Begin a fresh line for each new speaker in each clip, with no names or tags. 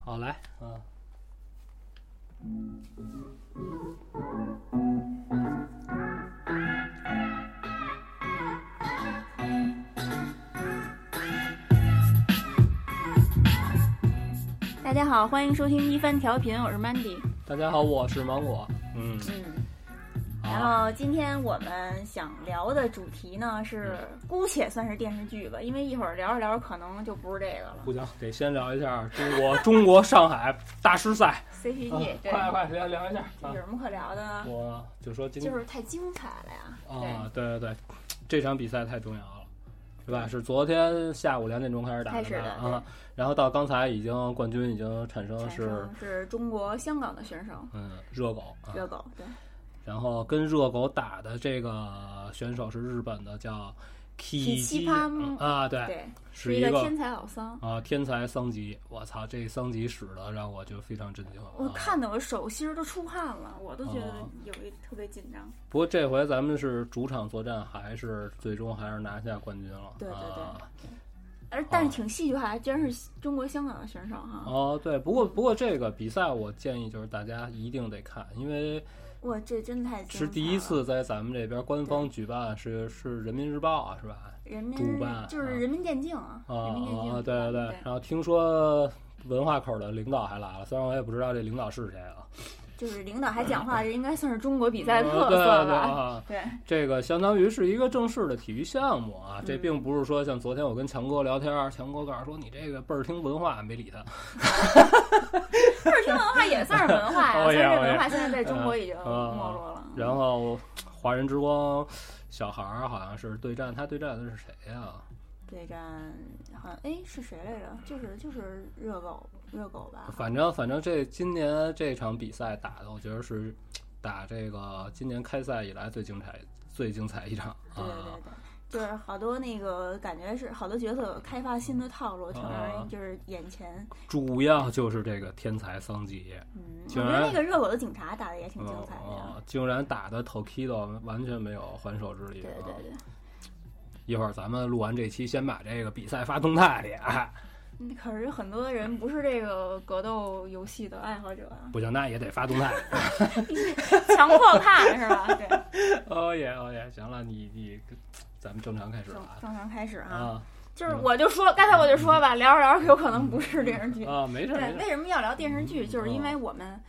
好，来，嗯。
大家好，欢迎收听一番调频，我是 Mandy。
大家好，我是芒果。嗯，
嗯，然
啊，
后今天我们想聊的主题呢是，
嗯
姑且算是电视剧吧，因为一会儿聊着聊着可能就不是这个了。
互相得先聊一下中国中国上海大师赛，啊
CPT 对，
快快聊聊一下
这
啊
有！什么可聊的呢？
我就说今
就是太精彩了呀！
啊，对对对，这场比赛太重要了，是吧？是昨天下午两点钟开始打
开始
的吧
的
啊，然后到刚才已经冠军已经产生
对，
了
产
哦是
生是中国香港的选手
嗯热狗啊，
热狗，对，
然后跟热狗打的这个选手是日本的叫 K
七
基
帕
嗯啊，对，
对，
是
是一个
个
天才老桑。
啊天才桑吉，我操，这桑吉使的让我就非常震惊。
我
啊
看得我手心儿都出汗了，我都觉得
哦
有一特别紧张。
不过这回咱们是主场作战，还是最终还是拿下冠军了。
对对对
啊
而但是挺戏剧化，居然是中国香港的选手哈！
哦，对，不过不过这个比赛我建议就是大家一定得看，因为
哇，这真的太精彩
是第一
了
次在咱们这边官方举办，是是人民日报啊，是吧？
人民
主办
就是人民电竞啊，
啊
人民电竞
啊，
主
对对
办对，
然后听说文化口的领导还来了，虽然我也不知道这领导是谁啊。
就是领导还讲话，这应该算是中国比赛
嗯
特
哎对
色
对
吧？
啊，
对，
这个相当于是一个正式的体育项目啊，
嗯
这并不是说像昨天我跟强哥聊天，强哥告诉说你这个倍儿听文化，没理他。
倍儿听文化也算是文化呀，
哦
虽然
呀
这
哦呀
文化现在在中国已经
嗯嗯
没落了。
然后华人之光小孩儿好像是对战，他对战的是谁呀、
对战好像哎是谁来着？就是就是热狗热狗吧？
反正反正这今年这场比赛打的，我觉得是打这个今年开赛以来最精彩、最精彩一场
对对
啊
对对。就是好多那个感觉是好多角色开发新的套路，挺让
啊
人就是眼前，
主要就是这个天才桑吉，
嗯，我
竟
觉得
然
那个热狗的警察打的也挺精彩的呀，
啊，竟然打的 Tokido 完全没有还手之力。
对对
啊
对，
一会儿咱们录完这期，先把这个比赛发动态里，哎
嗯可是很多人不是这个格斗游戏的爱好者啊，
不行，那也得发动态里。
强迫看是吧？对，
哦耶哦耶，行了，你你，咱们正常开始
正
了
正常开始
啊
啊，
啊嗯
就是我就说，刚才我就说吧，聊着聊着有可能不是电视剧。
啊，嗯没事
对，
没事，
为什么要聊电视剧？就是因为我们，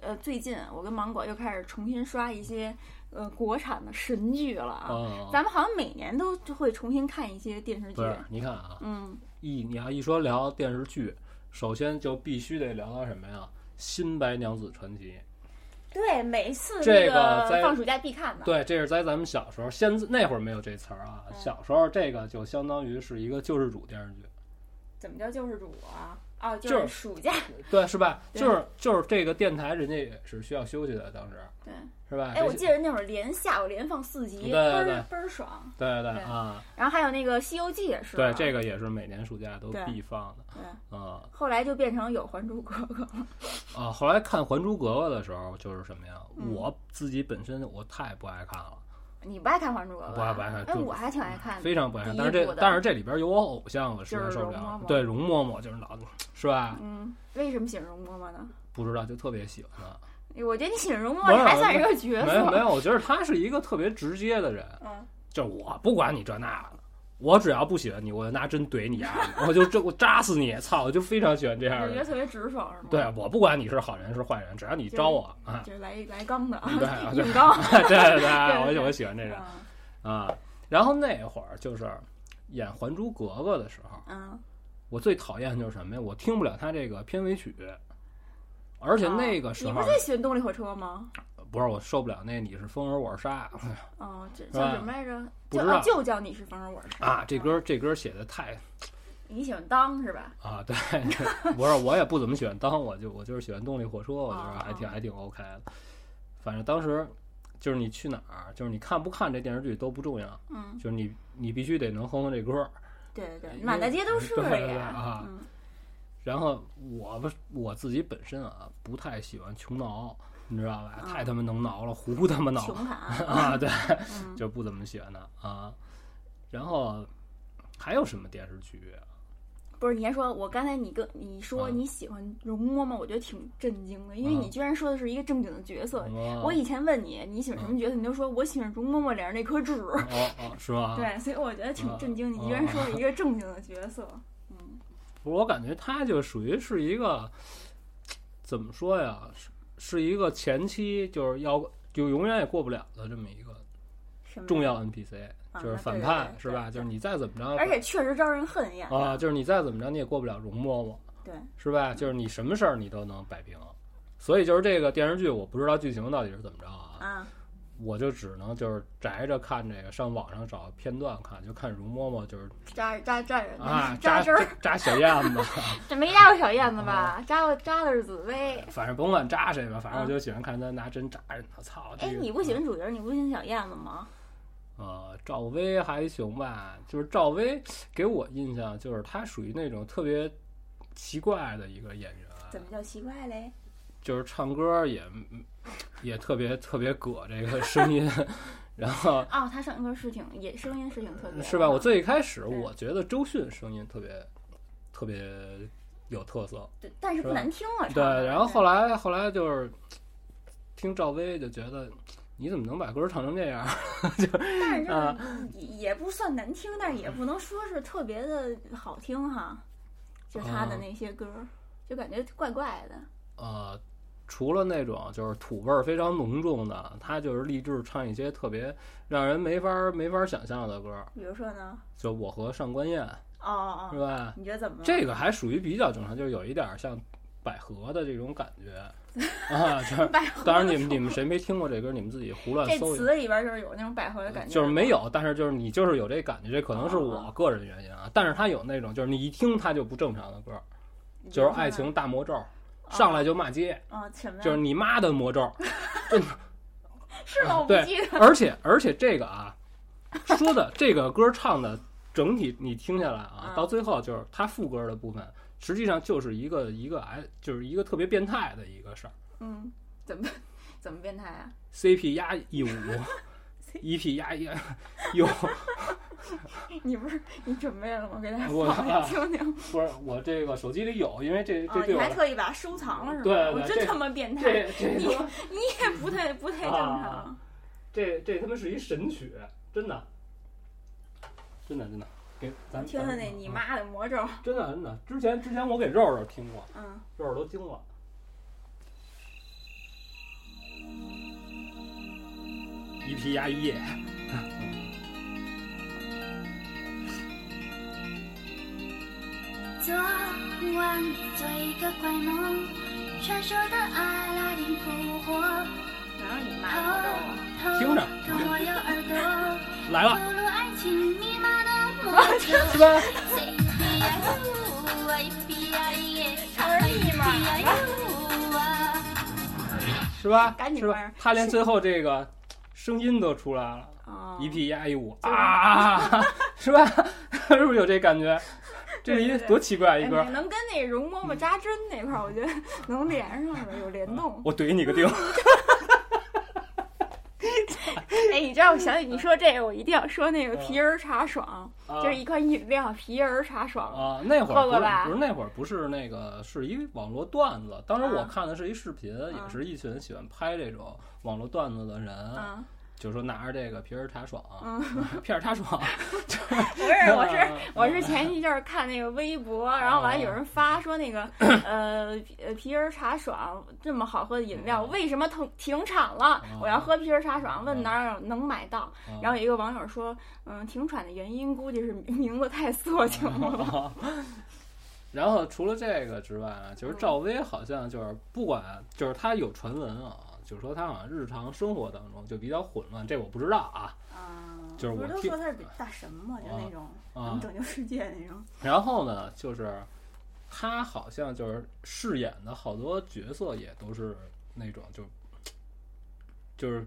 呃，最近我跟芒果又开始重新刷一些呃国产的神剧了啊。
啊，
咱们好像每年都会重新看一些电视剧
不。是，你看啊，
嗯，
一你要一说聊电视剧，首先就必须得聊到什么呀？《新白娘子传奇
对，每次
这
那
个在
放暑假必看》，的。
对，这是在咱们小时候，现在那会儿没有这词儿啊。
嗯
小时候这个就相当于是一个救世主电视剧，
怎么叫救世主啊？哦，
就
就
是
是暑假。
对，是吧？
对
就是就是这个电台，人家也是需要休息的，当时
对，
是吧？
哎，我
这些
记得那会儿连下午连放四集，
对
倍
对
儿
对
倍儿爽。
对对
对
啊，
然后还有那个《西游记》也是吧。
对，这个也是每年暑假都
对
必放
对
的啊
后来就变成有《还珠格格》 了。
啊！后来看《还珠格格》的时候，就是什么呀？
嗯
我自己本身我太不爱看了，
你不爱看《还珠格格》？
不爱不爱看
哎，
就
我还挺爱看的。
非常不爱看。
第一
但是
部
这
的
但是这里边有我偶像，我实
就
在
是
受不
容嬷
了
嬷。
对，容嬷嬷就是老是吧？
嗯，为什么喜欢容嬷嬷呢？
不知道就特别喜欢她。
我觉得你喜欢容嬷
没有
嬷还算是个角
没有没
色。
有，我觉得她是一个特别直接的人，
嗯，
就是我不管你这那的。我只要不喜欢你，我就拿针怼你啊！ 我就这我扎死你！操，我就非常喜欢这样
我
的
觉
人
得。特别直爽，是吗？
对，我不管你是好人是坏人，只要你招我啊，
就是来来刚的啊，
对啊 对
硬刚。
对对对，
对
我
对
就我喜欢这人
嗯
啊。然后那会儿就是演《还珠格格》的时候，
嗯，
我最讨厌就是什么呀？我听不了他这个片尾曲，而且那个时
啊哦你
候、
不是最喜欢动力火车吗？
不是我受不了那你是风儿我是 沙
哦，这
是吧
叫什么来着？
不
就
知
哦
道
就叫你是风儿，我是
啊，这歌这歌写的太
你喜欢当是吧？
啊，对， 不是我也不怎么喜欢当，我就我就是喜欢动力火车，我觉
哦
得还挺
哦
还挺 OK 的。反正当时就是你去哪儿，就是你看不看这电视剧都不重要，
嗯，
就是你你必须得能哼哼这歌。
对对对，
因为
满大街都是
对对对
呀
啊。
嗯，
然后我不我自己本身啊不太喜欢穷挠，你知道吧？
啊
太他妈能挠了，胡他妈挠
穷侃。
啊！对，
嗯，
就不怎么喜欢他啊。然后还有什么电视剧啊？
不是，你还说，我刚才你跟你说
啊
你喜欢容嬷嬷，我觉得挺震惊的，因为
啊
你居然说的是一个正经的角色。
哦
我以前问你你喜欢什么角色，你都说我喜欢容嬷嬷脸上那颗痣。
哦哦，是吧？。
对，所以我觉得挺震惊，
啊
你居然说了一个正经的角色。嗯，
不是，我感觉他就属于是一个怎么说呀？是是一个前期就是要就永远也过不了的这么一个
什么
重？要 NPC，
嗯啊
就是
那
反
对对
派
对
是
对
吧？
对
就是你再怎么着
而且确实招人恨呀。
啊，就是你再怎么着你也过不了容嬷嬷，
对，
是吧？就是你什么事儿你都能摆平。所以就是这个电视剧，我不知道剧情到底是怎么着啊，
啊，
我就只能就是宅着看这个，上网上找片段看，就看容嬷嬷就是
扎扎扎人
啊
嗯 扎
扎
针儿，
扎小燕子，
这没扎过小燕子
哦
吧？扎过扎的是紫薇。
反正甭管扎谁吧，反正我
啊
就喜欢看他拿针扎人。我操！
哎，
这个
你不喜欢主角，你不喜欢小燕子吗？
呃，赵薇还行吧，就是赵薇给我印象就是她属于那种特别奇怪的一个演员，
怎么叫奇怪嘞？
就是唱歌也嗯也特别特别葛这个声音， 然后
哦，他唱歌是挺也声音是挺特别的，
是吧？我最一开始
嗯对
我觉得周迅声音特别特别有特色，
对，但
是
是不
吧
难听啊。
对，然后后
来
来后来就是听赵薇就觉得你怎么能把歌唱成这样？
嗯但是
啊
就是也也不算难听，但是也不能说是特别的好听哈，就他的
啊
那些歌儿，就感觉怪怪的。
呃，除了那种就是土味儿非常浓重的，他就是励志唱一些特别让人没法儿没法儿想象的歌儿，
比如说呢？
就我和上官燕
哦哦
是
哦，
吧？
你觉得怎么了？
这个还属于比较正常，就是有一点儿像百合的这种感觉 啊。就是
百合
当然你们你们谁没听过这歌儿，你们自己胡乱
这
搜一下。
词里边就是有那种百合的感觉，
就是没。有，但是就是你就是有这感觉，这可能是我个人原因啊。但是他有那种就是你一听他就不正常的歌儿，就是爱情大魔咒，
哦
上来就骂街，
啊什么呀？
就是你妈的魔 咒，
是吗？我不
对
记得。
而且而且这个啊，说的这个歌唱的整体你听下来啊，
嗯
到最后就是它副歌的部分，实际上就是一个一个哎，就是一个特别变态的一个事儿
嗯，怎么怎么变态啊？
，CP 压一 五，EP 压一 有
你不是你准备了吗？给大家
我
放一下听听。
不是我这个手机里有，因为这这
哦，
对
你
我
还
来
特意把它收藏了是吧？
对对
我
这
真他妈变态，
这这
你
他妈
你也不太不太正常
啊。这这他妈是一神曲，真的，真的真的。给咱
听听那你，妈的魔咒，
咱真的真的，之前之前我给肉肉听过，
嗯，
这耳朵惊了。一皮压一夜，
昨晚做一个怪梦，传说的阿拉丁复活，
哪有你妈的魔咒啊？
偷偷
听着
跟我有耳朵，
来了，
透露爱情密码的魔咒。
是吧？
E，
哎
啊
是吧？
赶紧
是
玩
吧
儿？
他连最后这个声音都出来了，
哦，
一屁压一舞
就是
啊， 是吧？是不是有这感觉？这是
对
一
对对
多奇怪
哎
一嗯歌！
能跟那容嬷嬷扎针那块儿，我觉得 能连上了，有联动。
我怼你个 腚！嗯
哎，你知道我想起你说这个，我一定要说那个皮儿茶爽，
啊
就是一款饮料，皮儿茶爽。
啊，那会
喝
儿不
过吧
是不是那会儿不是那个是一网络段子，当时我
啊
看的是一视频，也是一群喜欢拍这种网络段子的人，
嗯，
就说拿着这个皮儿茶爽，
嗯
皮儿茶爽，啊
不 是， 我是我是前期就是看那个微博，
嗯
然后完了有人发说那个呃皮呃皮儿茶爽这么好喝的饮料，为什么停停产了
嗯？
我要喝皮儿茶爽，问哪儿能买到？然后有一个网友说，嗯，停产的原因估计是名字太
啊
色情了吧？
后， 然后除了这个之外啊，
嗯
就是赵薇好像就是不管，就是她有传闻啊，就是说她好像日常生活当中就比较混乱，这我不知道啊
啊，
就是
不
我
是都
听
说他是大神嘛，就那种能
啊。
拯救世界那种。
然后呢，就是她好像就是饰演的好多角色也都是那种就就是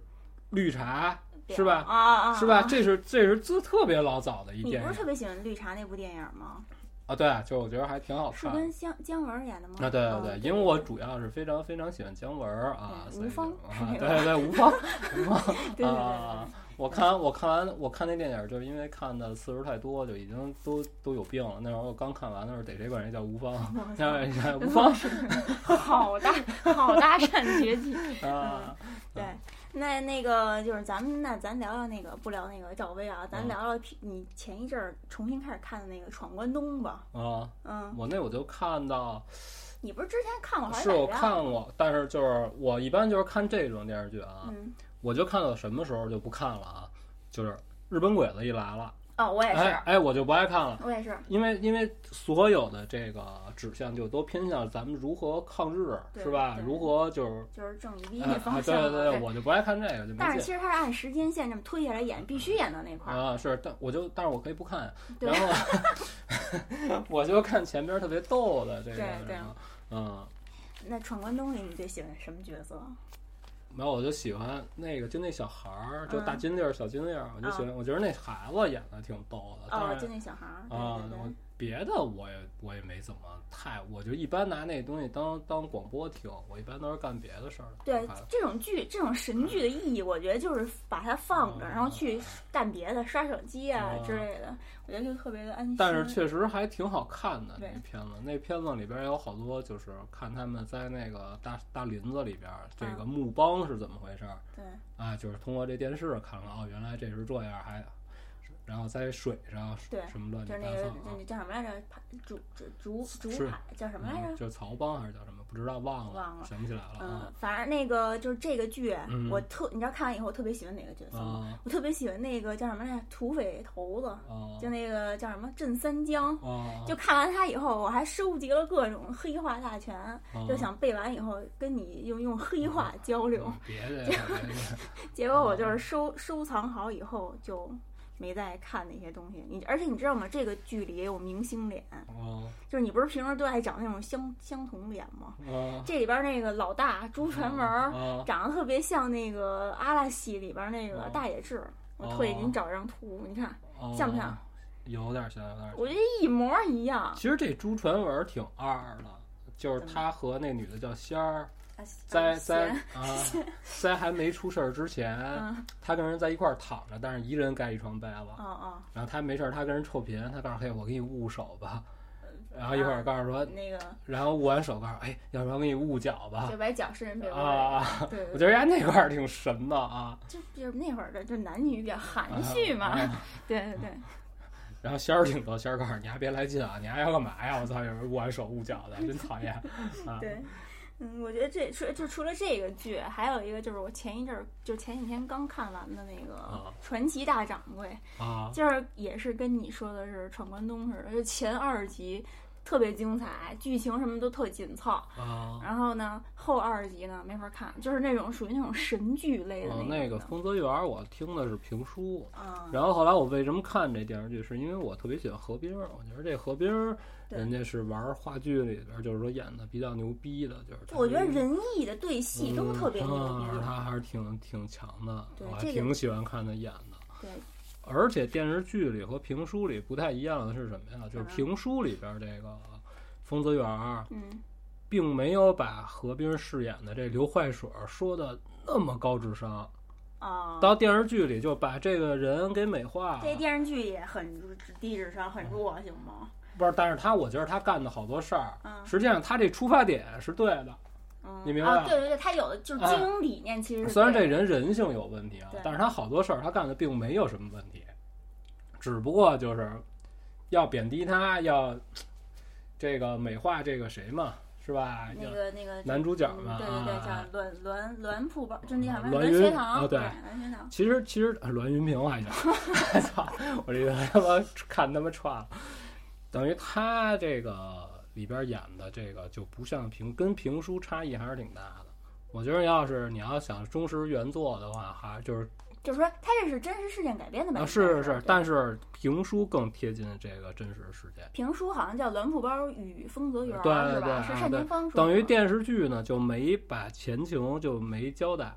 绿茶是吧？
啊啊啊！
是吧？
啊？
这是这是自特别老早的一
你
电
不是特
影
别喜欢绿茶那部电影吗？
啊，对，就是我觉得还挺好
是
看的。
跟姜姜文演的吗？
啊，对
哦
对对，因为我主要是非常非常喜欢姜文儿啊，
嗯
所以
吴
就
芳
啊
是那
对对对，吴芳，吴芳
对对对对
啊，我看我看完我看那电影，就是因为看的次数太多，就已经都都有病了。那会儿我刚看完，那会儿逮谁管谁叫吴芳，那会儿 叫吴芳
嗯好大 好大善绝技。
啊，
对，那那个就是咱们那咱聊聊那个不聊那个赵薇啊，咱
嗯
聊聊你前一阵儿重新开始看的那个《闯关东》吧。
啊！
嗯，
我那我就看到
你不是之前看过还
是
怎
我
么样？
看过，但是就是我一般就是看这种电视剧啊，
嗯，
我就看到什么时候就不看了啊，就是日本鬼子一来了，
哦，我也
哎
是，
哎，我就不爱看了。
我也是，
因为因为所有的这个指向就都偏向咱们如何抗日，
对
是吧？
对
如何就是，
就是正义第一
哎
那
啊，
方
对
向嘛。
对对，我就不爱看这个，就
但
没劲
是其实它是按时间线这么推下来演，必须演到那块儿。
啊。是，但我就但是我可以不看，
对
然后 我就看前边特别逗的这个
对
什么，
对
嗯，
那《闯关东》里你最喜欢什么角色？
没有，我就喜欢那个就那小孩儿，就
嗯
大金粒儿、小金粒儿，我就喜欢，我觉得那孩子演的挺逗的，当
哦，
然
就那小孩儿。
啊，
对对
我
对。
别的我也我也没怎么太，我就一般拿那东西当当广播听，我一般都是干别的事儿。
对
看
这种剧，这种神剧的意义，我觉得就是把它放着，
嗯
然后去干别的，刷手机啊
嗯
之类的，我觉得就特别的安心。
但是确实还挺好看的那
对
片子，那片子里边有好多就是看他们在那个大大林子里边，这个木帮是怎么回事儿
嗯对，
啊？就是通过这电视看了，哦，原来这是这样，还然后在水上
对
什么乱七
就是
八
那个
糟
就
啊
那叫什么来着？帕竹竹竹
是
竹海叫什么来
嗯，
着？
就是曹帮还是叫什么？不知道忘
忘了
想不起来了
嗯
啊，
反正那个就是这个剧，
嗯
我特你知道看完以后我特别喜欢哪个角色吗？
啊
我特别喜欢那个叫什么来着？土匪头子，
啊
就那个叫什么镇三江。
啊！
就看完他以后，我还收集了各种黑话大全，
啊
就想背完以后跟你用用黑话交流。
嗯别这样，别这样
结果我
哦
就是收收藏好以后就没再看那些东西。你而且你知道吗？这个剧里也有明星脸，
哦
就是你不是平时都爱找那种相相同脸吗？
哦，
这里边那个老大朱传文 儿
啊
长得特别像那个《阿拉西》里边那个
哦
大野智。我特意给你找一张图，你看
哦
像不像？
有点像，有点
我
像。
觉得一模一样。
其实这朱传文挺二的，就是
怎么
他和那女的叫仙儿，
啊
在
啊
在
行
啊，在还没出事儿之前，
嗯
他跟人在一块儿躺着，但是一人盖一床被
哦
子。
哦，
然后他没事儿，他跟人臭贫，他告诉嘿，我给你捂手吧。然后一会儿告诉说，
呃啊那个
然后捂完手告诉哎，要不然我给你捂脚吧
就。把脚伸人被窝里。
啊，
对
我觉
对
得人家那块儿挺神的啊。
就就是那会儿的，就是男女比较含蓄嘛。
啊
对对对，
然后仙儿挺逗，仙儿告诉你还别来劲啊，你还要干嘛呀？我操，有人捂完手捂脚的，真讨厌啊！
对，嗯，我觉得这除就除了这个剧，还有一个就是我前一阵儿，就前几天刚看完的那个
啊
《传奇大掌柜》，
啊，
就是也是跟你说的是闯关东似的，就前二集特别精彩，剧情什么都特紧凑。
啊，
然后呢，后二集呢没法看，就是那种属于那种神剧类的
哦，
那
那个《
种
丰泽园》我听的是评书，
的。啊，
然后后来我为什么看这电视剧，是因为我特别喜欢何冰儿，我觉得这何冰儿
对
人家是玩话剧里边儿就是说演的比较牛逼的，就是她
我觉得仁义的对戏都特别牛逼。
嗯他还是挺挺强的，
对
我还
这个
挺喜欢看他演的。
对，
而且电视剧里和评书里不太一样的是什么呀？就是
嗯
评书里边儿这个丰泽园儿
嗯，
并没有把何冰饰演的这刘坏水儿说的那么高智商，
啊，
到电视剧里就把这个人给美化了。
这电视剧也很低智商，很弱，行吗？
不是，但是他我觉得他干的好多事儿，
嗯
实际上他这出发点是对的，
嗯，
你明白
啊
吧啊
对对对，他有的就是经营理念，其实是
虽然这
对
人人性有问题啊
对，
但是他好多事儿他干的并没有什么问题，只不过就是要贬低他，要这个美化这个谁嘛，是吧？
那个那个
男主角
嗯
嘛，
对对对，
啊
叫栾栾栾铺包，就那叫什么
栾
栾
云
学堂，
啊对
栾学堂，
其实其实呃栾云平我还行， 操！我这个他妈看他妈串了，等于他这个里边演的这个就不像评，跟评书差异还是挺大的。我觉得要是你要想忠实原作的话，还就是
就是说他这是真实事件改编的吧？
啊是是
对
是，但是评书更贴近这个真实事件。
评书好像叫《栾铺包与丰泽园》
对
是
对
吧？是
啊
单田
对
芳说的，
等于电视剧呢就没把前情就没交代，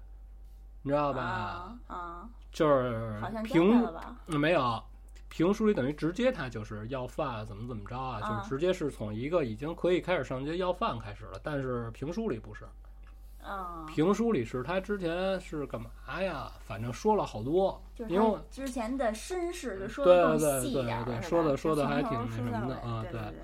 你知道吧？
啊啊，
就是
好像交代
评
了吧？
嗯没有，评书里等于直接他就是要饭怎么怎么着啊，
啊
就是直接是从一个已经可以开始上街要饭开始了，但是评书里不是，
嗯，
评书里是他之前是干嘛呀？反正说了好多，
就是
因为嗯
他之前的身世就说
对啊
的
对
更细
对
一点儿，
对
是
说
吧
的
就
说的
从
还
头
挺那
说
什
到
么的
尾
啊
对
对
对。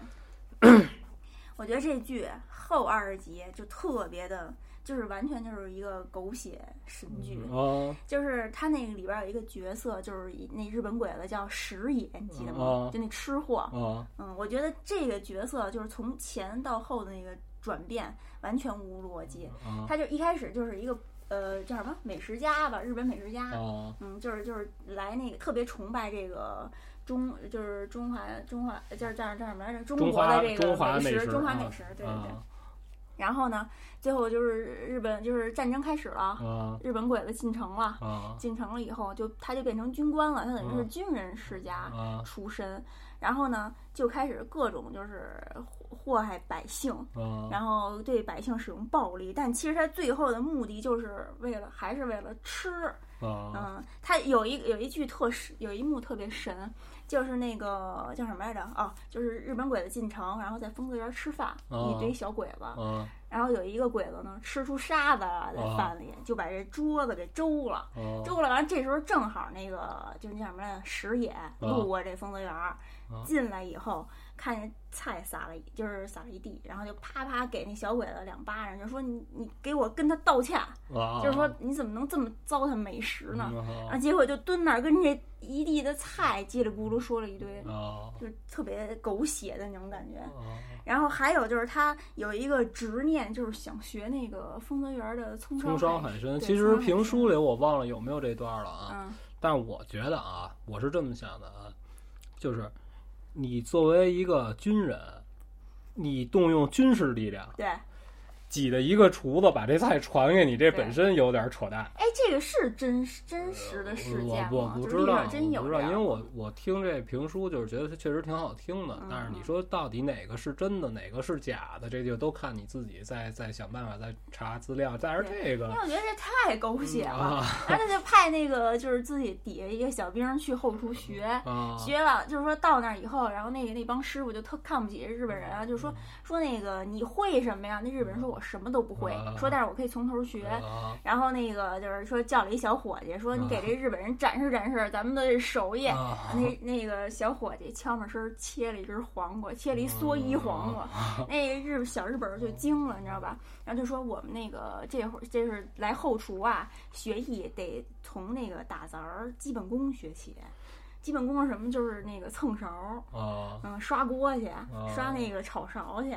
我觉得这剧后二十集就特别的，就是完全就是一个狗血神剧，
啊
就是他那个里边儿有一个角色，就是一那日本鬼子叫石野，你记得吗？
嗯
就那吃货，
啊，
嗯，我觉得这个角色就是从前到后的那个转变完全无逻辑。
嗯
他就一开始就是一个呃叫什么美食家吧，日本美食家，
啊
嗯，就是就是来那个特别崇拜这个中就是中华中华叫叫叫什么来着？中
中
国
华
的这
中华
个
美
食，
食
中华
啊
美食，对对对。
啊
然后呢，最后就是日本就是战争开始了，
啊
日本鬼子进城了，
啊
进城了以后就他就变成军官了，他等于是
嗯
军人世家。
啊
出身，然后呢就开始各种就是祸祸害百姓，
啊
然后对百姓使用暴力，但其实他最后的目的就是为了还是为了吃。
啊
嗯，他有一有一句特神，有一幕特别神，就是那个叫什么来着？哦，就是日本鬼子进城，然后在疯子园吃饭，
哦
一堆小鬼子，
啊
然后有一个鬼子呢吃出沙子了在
哦
饭里，就把这桌子给周了。
啊！
周了，完这时候正好那个就是那叫什么来着，石野
哦
路过这疯子园儿，进来以后看见菜撒了一，就是撒了一地，然后就啪啪给那小鬼子两巴掌，就说你你给我跟他道歉，
啊，
就是说你怎么能这么糟蹋美食呢？
嗯
啊，结果就蹲那儿跟这一地的菜叽里咕噜说了一堆，
啊
就是特别狗血的那种感觉。
啊
然后还有就是他有一个执念，就是想学那个疯子园儿的葱
冲烧
烧
很
海
深。
对
其
葱烧
实
海
评
参
书里我忘了有没有这段了啊，
嗯
但我觉得啊，我是这么想的啊，就是你作为一个军人，你动用军事力量
对。哎
挤的一个厨子把这菜传给你，这
对
本身有点扯淡。
哎，这个是真实真实的事件
呃
吗？
我我不
就是
知
历史
道，
上真有啊
我不知道，
这样
因为我我听这评书就是觉得它确实挺好听的，
嗯
但是你说到底哪个是真的，哪个是假的，这就都看你自己再再想办法再查资料。但是
对
这
因
个
为我觉得这太狗血了。
啊
而且就派那个就是自己底下一个小兵去后厨学，
啊，
学了就是说到那儿以后，然后那个那帮师傅就特看不起这日本人啊，
嗯
就说说那个你会什么呀？那日本人说我什么都不会，
嗯
说但是我可以从头学。
啊
然后那个就是说叫了一小伙计，说你
嗯
给这日本人展示展示咱们的手艺。
啊
那那个小伙计悄没声儿切了一根黄瓜，切了一蓑衣黄瓜，
哦
那个日小日本儿就惊了，你知道吧？然后就说我们那个这会儿这是来后厨啊，学艺得从那个打杂儿基本功学起。基本功是什么？就是那个蹭勺儿，
啊
嗯，刷锅去，
哦
刷那个炒勺去，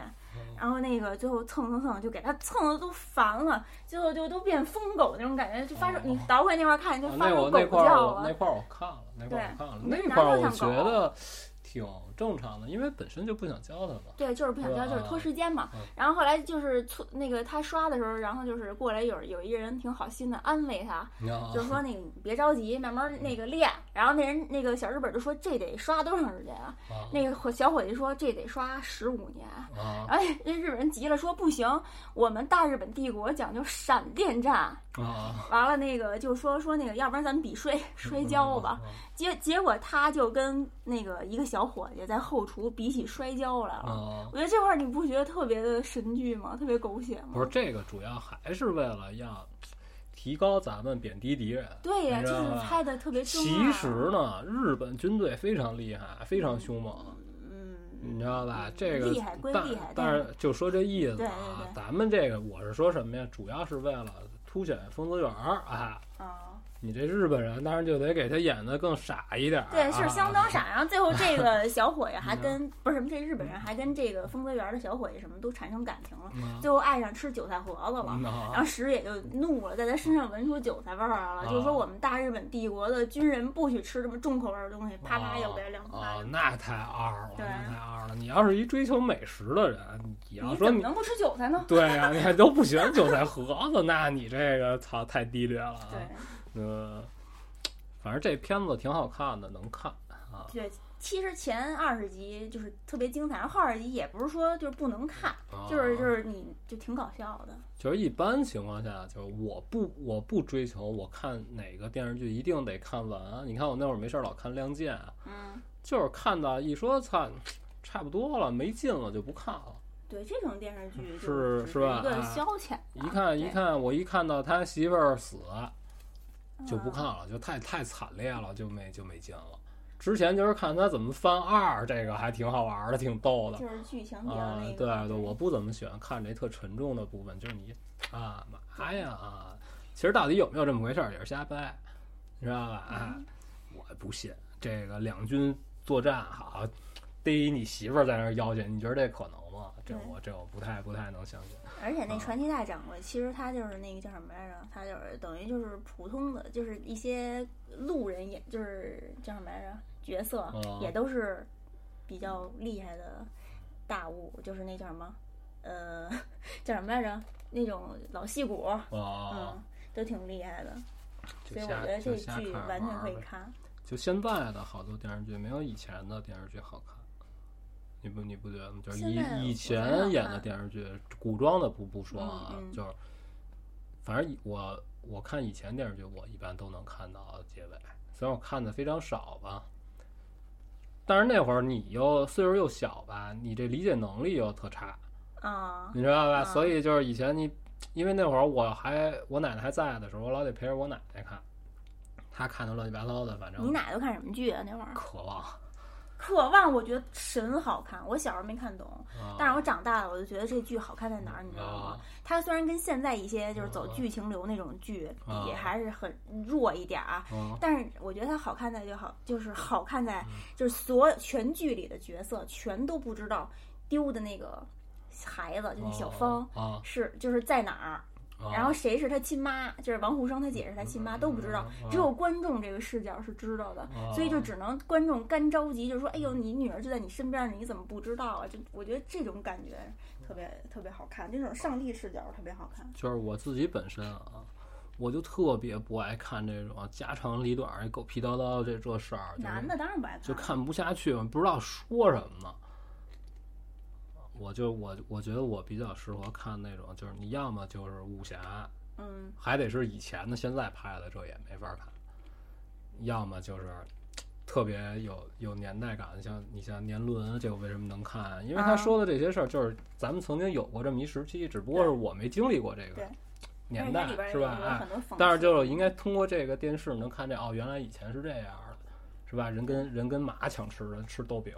然后那个最后蹭蹭蹭，就给他蹭的都烦了，最后就都变疯狗那种感觉，就发出、
哦
你倒回那块儿看，就
啊
发
那
出
我
狗
那块儿
叫啊
我
了
那。块儿我看了，那块儿我看了，
对
那块儿
你
我
拿
觉
着像狗啊
得挺正常的，因为本身就不想教他嘛。
对，就是不想交，就是拖时间嘛
嗯。
然后后来就是促那个他刷的时候，然后就是过来有有一人挺好心的安慰他，
你知道吗
就是说那个你别着急，慢慢那个练。然后那人那个小日本就说这得刷多长时间啊？
啊
那个伙小伙计说这得刷十五年。
啊
然后那日本人急了，说不行，我们大日本帝国讲究闪电战。
啊，
完了，那个就说说那个，要不然咱们比摔摔跤
嗯
吧。结结果他就跟那个一个小伙计在后厨比起摔跤来了。
啊。
我觉得这块儿你不觉得特别的神剧吗？特别狗血吗？
不是这个，主要还是为了要提高咱们贬低敌人。
对呀、
你知
就
道
是
吧
拍的特别中二。啊
其实，呢，日本军队非常厉害，非常凶猛，
嗯，
你知道吧？啊这个
厉害归
但
厉害
但是就说这意思
对对
啊
对，
咱们这个我是说什么呀？主要是为了凸显疯子园儿啊。
啊，
你这日本人当然就得给他演的更傻一点儿、啊，嗯
对，是相当傻。然后最后这个小伙 计还跟不是什么这日本人还跟这个疯子园的小伙计什么都产生感情了，
嗯。
最后爱上吃韭菜盒子了。
嗯
然
啊
后石野就怒了，在他身上闻出韭菜味儿来了，
啊
就说我们大日本帝国的军人不许吃这么重口味儿的东西，啪啪又给他两巴
啊
掌。，
那太二了，
对
那太二了！你要是一追求美食的人，你要
你
说
怎么
你
能不吃韭菜呢？
对呀、你还都不喜欢韭菜盒子，那你这个操太低劣了啊！
对。
呃，反正这片子挺好看的，能看。
对，其实前二十集就是特别精彩，然后后二十集也不是说就是不能看，就是就
啊，
是你就挺搞笑的。
就是一般情况下，就是我不我不追求我看哪个电视剧一定得看完。啊你看我那会儿没事儿老看《亮剑》，啊
嗯，
就是看到一说操，差不多了，没劲了就不看了。
对这种电视剧就是只
是
是
吧
一个
啊
消遣吧，
一看一
对
看，我一看到他媳妇儿死，
嗯
就不看了，就太太惨烈了，就没就没劲了。之前就是看他怎么翻二，这个还挺好玩儿的，挺逗的
嗯就是剧情比较
啊、
那
对
个，
对，我不怎么喜欢看这特沉重的部分，就是你啊妈呀啊！其实到底有没有这么回事儿也是瞎掰，你知道吧？啊，
嗯
我不信这个两军作战好，逮你媳妇儿在那儿要去，你觉得这可能吗？这
对
我这我不太不太能相信。
而且那
啊
传奇大掌柜，其实他就是那个叫什么来着？他就是等于就是普通的，就是一些路人也，就是叫什么来着？角色
哦
也都是比较厉害的大物，就是那叫什么？呃， 叫什么来着？那种老戏骨，
哦，
嗯，都挺厉害的。
就
所以我
瞎
觉得
就
这
瞎
剧
看
完
玩
全
儿
可以
呗
看。
就现在的好多电视剧没有以前的电视剧好看，你不你不觉得吗？就是
现在
以以
我觉得
前
好
演
看
的电视剧，古装的不不说啊，
嗯嗯
就是反正以我我看以前电视剧，我一般都能看到结尾，虽然我看的非常少吧。但是那会儿你又岁数又小吧，你这理解能力又特差，
啊，
你知道吧？
啊
所以就是以前你，因为那会儿我还我奶奶还在的时候，我老得陪着我奶奶看，她看的乱七八糟的，反正
你奶都看什么剧啊？那会儿《
渴望。
渴望》，我觉得神好看，我小时候没看懂，
啊
但是我长大了，我就觉得这剧好看在哪儿，你知道吗？
啊
它虽然跟现在一些就是走
嗯嗯
剧情流那种剧
啊
比还是很弱一点儿啊，
嗯
但是我觉得它好看在就好，就是好看在就是所有全剧里的角色全都不知道丢的那个孩子，就那小芳。
啊，
是，就是在哪儿，
啊
然后谁是他亲妈，就是王沪生他姐是他亲妈，都不知道
嗯嗯，
只有观众这个视角是知道的，
啊
所以就只能观众干着急，就说：“哎呦，你女儿就在你身边，你怎么不知道啊？”就我觉得这种感觉特别特别好看，这种上帝视角特别好看。
就是我自己本身啊，我就特别不爱看这种家长里短儿、狗屁叨叨这这事儿，就是
男的当然不爱看，
就看不下去，不知道说什么。我就我我觉得我比较适合看那种，就是你要么就是武侠，
嗯
还得是以前的，现在拍的这也没法看；要么就是特别有有年代感，像你像年轮，啊这个为什么能看？因为他
啊
说的这些事儿，就是咱们曾经有过这么一时期，只不过是
对
我没经历过这
对
个年代
但是它里，边
是吧？
有
哎
很多讽刺，
但是就是应该通过这个电视能看见，哦，原来以前是这样的，是吧？人跟人跟马抢吃人吃豆饼，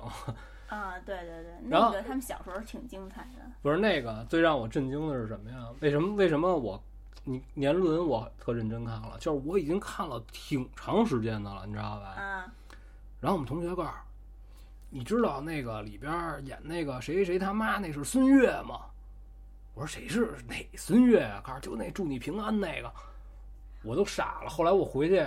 啊，对对对，
然
那
后
个他们小时候挺精彩的，
不是那个最让我震惊的是什么呀？为什么为什么我你年轮我特认真看了，就是我已经看了挺长时间的了，你知道吧？
啊
然后我们同学告诉我，你知道那个里边儿演那个谁谁谁他妈那是孙越吗？我说谁是哪孙越啊？告诉就那祝你平安那个，我都傻了。后来我回去，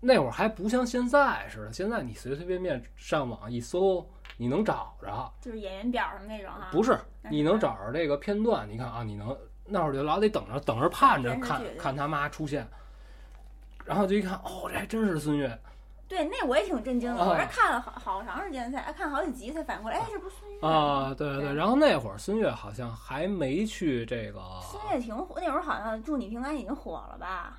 那会儿还不像现在似的，现在你随随便便上网一搜，你能找着。
就是演员表什么那种哈，
不是，
啊那
你
是
能
啥
找着这个片段，你看啊，你能那会儿就老得等着，等着盼着
电视
看
剧
看他妈出现，然后就一看，哦，这还真是孙越
对，那我也挺震惊的，
啊
我是看了好好长时间才看好几集才反过来，哎，这不是孙越吗？
啊，对对对。
对
然后那会儿孙越好像还没去这个
孙越挺火，那会儿好像《祝你平安》已经火了吧，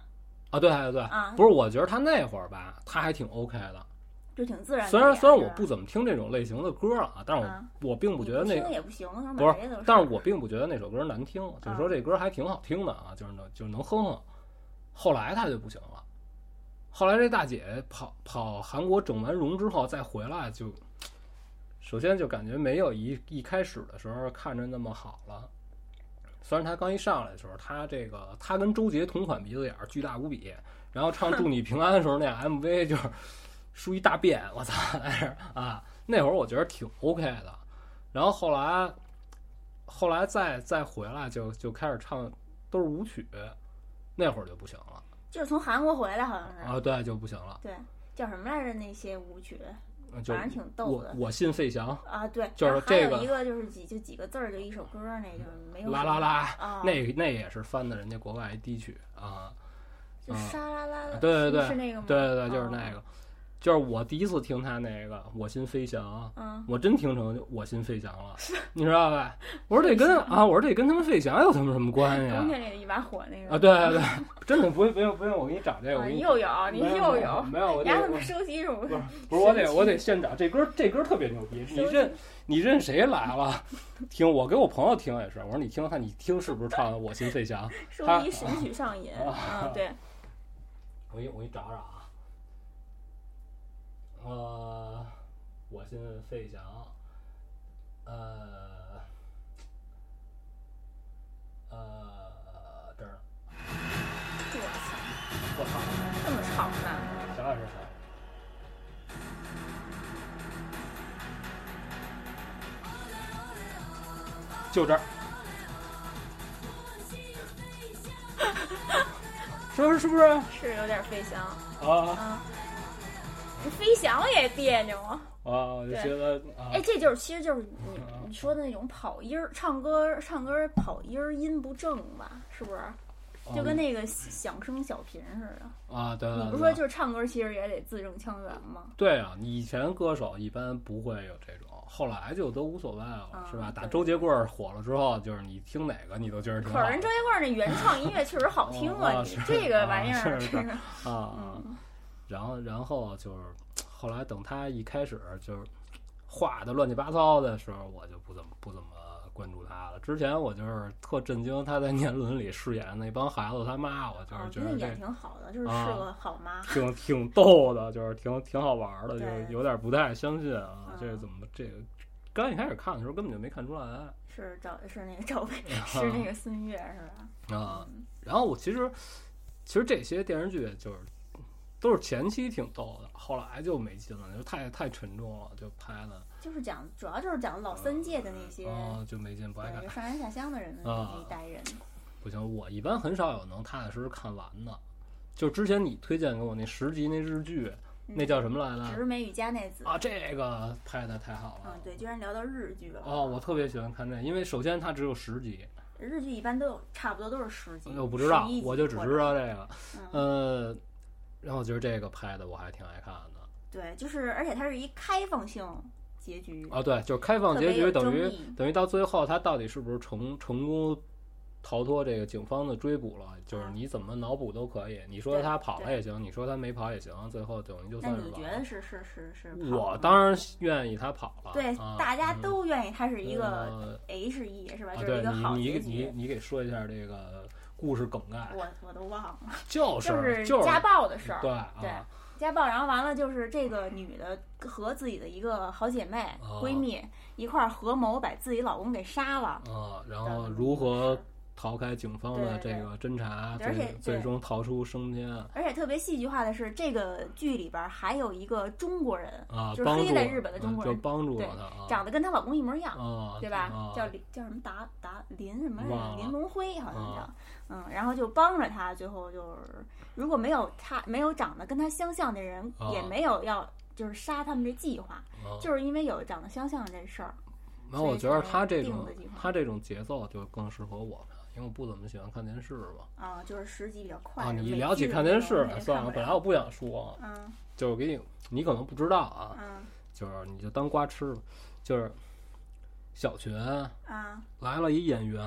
啊，对对对，
啊
不是，我觉得他那会儿吧，他还挺 OK 的。
就挺自然的啊
虽
演。
然虽然
是
我
吧
不怎么听这种类型的歌啊，但是我、
啊
我并不
你
觉得那
听也不行，他
不
说
是
每人都，
但是我并不觉得那首歌难听，就是说
啊
这歌还挺好听的啊，就是能就是能哼哼。后来他就不行了，后来这大姐跑跑韩国整完容之后再回来就，首先就感觉没有一一开始的时候看着那么好了。虽然她刚一上来的时候，她这个她跟周杰同款鼻子眼儿，巨大无比。然后唱《祝你平安》的时候，那 MV 就是梳一大辫，我操，那是啊，那会儿我觉得挺 OK 的。然后后来后来再再回来就就开始唱都是舞曲，那会儿就不行了
就是从韩国回来，好像是、
啊，对，就不行了，
对，叫什么来着？那些舞曲
嗯就
反正挺逗
我
的
我信费翔，
啊，对，
就是
然后
这
还
个
有一个就是几就几个字儿就一首歌，那就是没有
啦
什
啦
么
啦，
啊，
那那也是翻的人家国外一低曲啊，
就
嗯
沙啦啦啦，
对对
是
对，
是那个吗？
对对对，就是
哦
那个。就是我第一次听他那个《我心飞翔》，
嗯，
我真听成《我心飞翔》了，你知道吧？我说这跟啊，我说这跟他们飞翔有他们什么关系啊
冬？天那个一把火那个
啊，对对对，真的不用不用不用，我给你找这个，我
啊
给你
又有你
没
又有，
没有我
你
这
还怎么
我
收集这种
不是不是我
神
得
奇
我得现找这歌这歌特别牛逼，你
收
认你认谁来了？ 听我给我朋友听也是，我说你听看你听是不是唱的《我心飞翔》？
收
他啊
集神曲上瘾？嗯，对，
我给我给你找找啊，呃，我心飞翔，呃，呃，这儿呢，
我
我操！
操，这么长呢？
想想是啥？就 这儿。是不是？是不是？
是有点飞翔，
啊
嗯，这飞翔也别扭啊。
啊！我就觉得啊
哎，，这就是其实就是你
啊
你说的那种跑音儿，唱歌唱歌跑音儿音不正吧？是不是？就
哦
跟那个响声小品似的。
嗯啊，对对
你
对，
不是说就是唱歌其实也得字正腔圆吗？
对啊，你以前歌手一般不会有这种，后来就都无所谓了，
啊
是吧？打
对
周杰棍儿火了之后，就是你听哪个你都觉得挺好
可是人周杰棍儿那原创音乐确实好听
嗯哦
啊，
哦
你
是
这个玩意
啊
儿
是是
真是，
啊啊。
嗯，
然后然后就是后来等他一开始就是画的乱七八糟的时候，我就不怎么不怎么关注他了。之前我就是特震惊他在《年轮》里饰演的那帮孩子他妈，我就
啊
是
我
觉
觉得
得
演
这
挺好的，就是是
啊
个好妈。
挺挺逗的，就是挺挺好玩的，就
对
是有点不太相信啊，
嗯
这怎么这个？刚一开始看的时候根本就没看出来啊
是赵是那个赵薇，是那个孙悦是吧？
啊。然后我其实其实这些电视剧就是都是前期挺逗的，后来就没劲了，就太太沉重了，就拍的。
就是讲主要就是讲老三届的那些
哦，就没劲，不爱看
对。就上山下乡的人们
啊
那一代人，
不行，我一般很少有能踏踏实实看完的。就之前你推荐给我那十集那日剧，
嗯
那叫什么来
《
着
直？美与加奈子》
啊，这个拍的太好了
嗯，。对，居然聊到日剧了。
哦，我特别喜欢看这，因为首先它只有十集，
日剧一般都有差不多都是十集，
嗯我不知道
11，集
我就只
或者
知道这个。
嗯，
呃，然后我觉得这个拍的我还挺爱看的。
对，就是而且它是一开放性结局，
啊，对，就是开放结
特别有
局，等于
争议
等于到最后他到底是不是成成功逃脱这个警方的追捕了，就是你怎么脑补都可以。你说
嗯对
他跑了
对
也行，你说他没跑也行，最后等于就
那
算是
你
完
觉
了。
得是是是是跑了吗？
我当然愿意他跑了。
对
啊，
大家
嗯
都愿意它是一个
呃
H E 是吧？
啊，
就是
对
一个好
你
结
你你
局。
你给说一下这个故事梗概，
我我都忘了，
就
就是家暴的事儿，
对
对
啊
家暴，然后完了就是这个女的和自己的一个好姐妹、
哦
闺蜜一块儿合谋把自己老公给杀了，
啊，然
这样
后
的
如
故
何
事
逃开警方的这
对对
个侦查，
而且
最最
对
终逃出升天
而且特别戏剧化的是，这个剧里边儿还有一个中国人，
啊，
就是
帮
黑
助
在日本的
啊
中国
就
人
帮助
对
了他啊
长得跟她老公一模一样，
啊，
对吧？
啊
叫林叫什么达达林什么来着
忘了
林龙辉好像叫，
啊
嗯，然后就帮着她，最后就是如果没有他没有长得跟她相像的人，
啊
也没有要就是杀他们这计划，
啊
就是因为有长得相像这事儿，
然后我觉得他这
定
种
的地方
他这种节奏就更适合我们，因为我不怎么喜欢看电视嘛。
啊，就是十集比较快。
啊，你
每
聊
集
起
有
看
那
电
种
视
那个
算
看
了，
不
本
了
来我不想说，
嗯
就是给你，你可能不知道啊，
嗯
就是你就当瓜吃吧，就是小群
啊
来了一演员，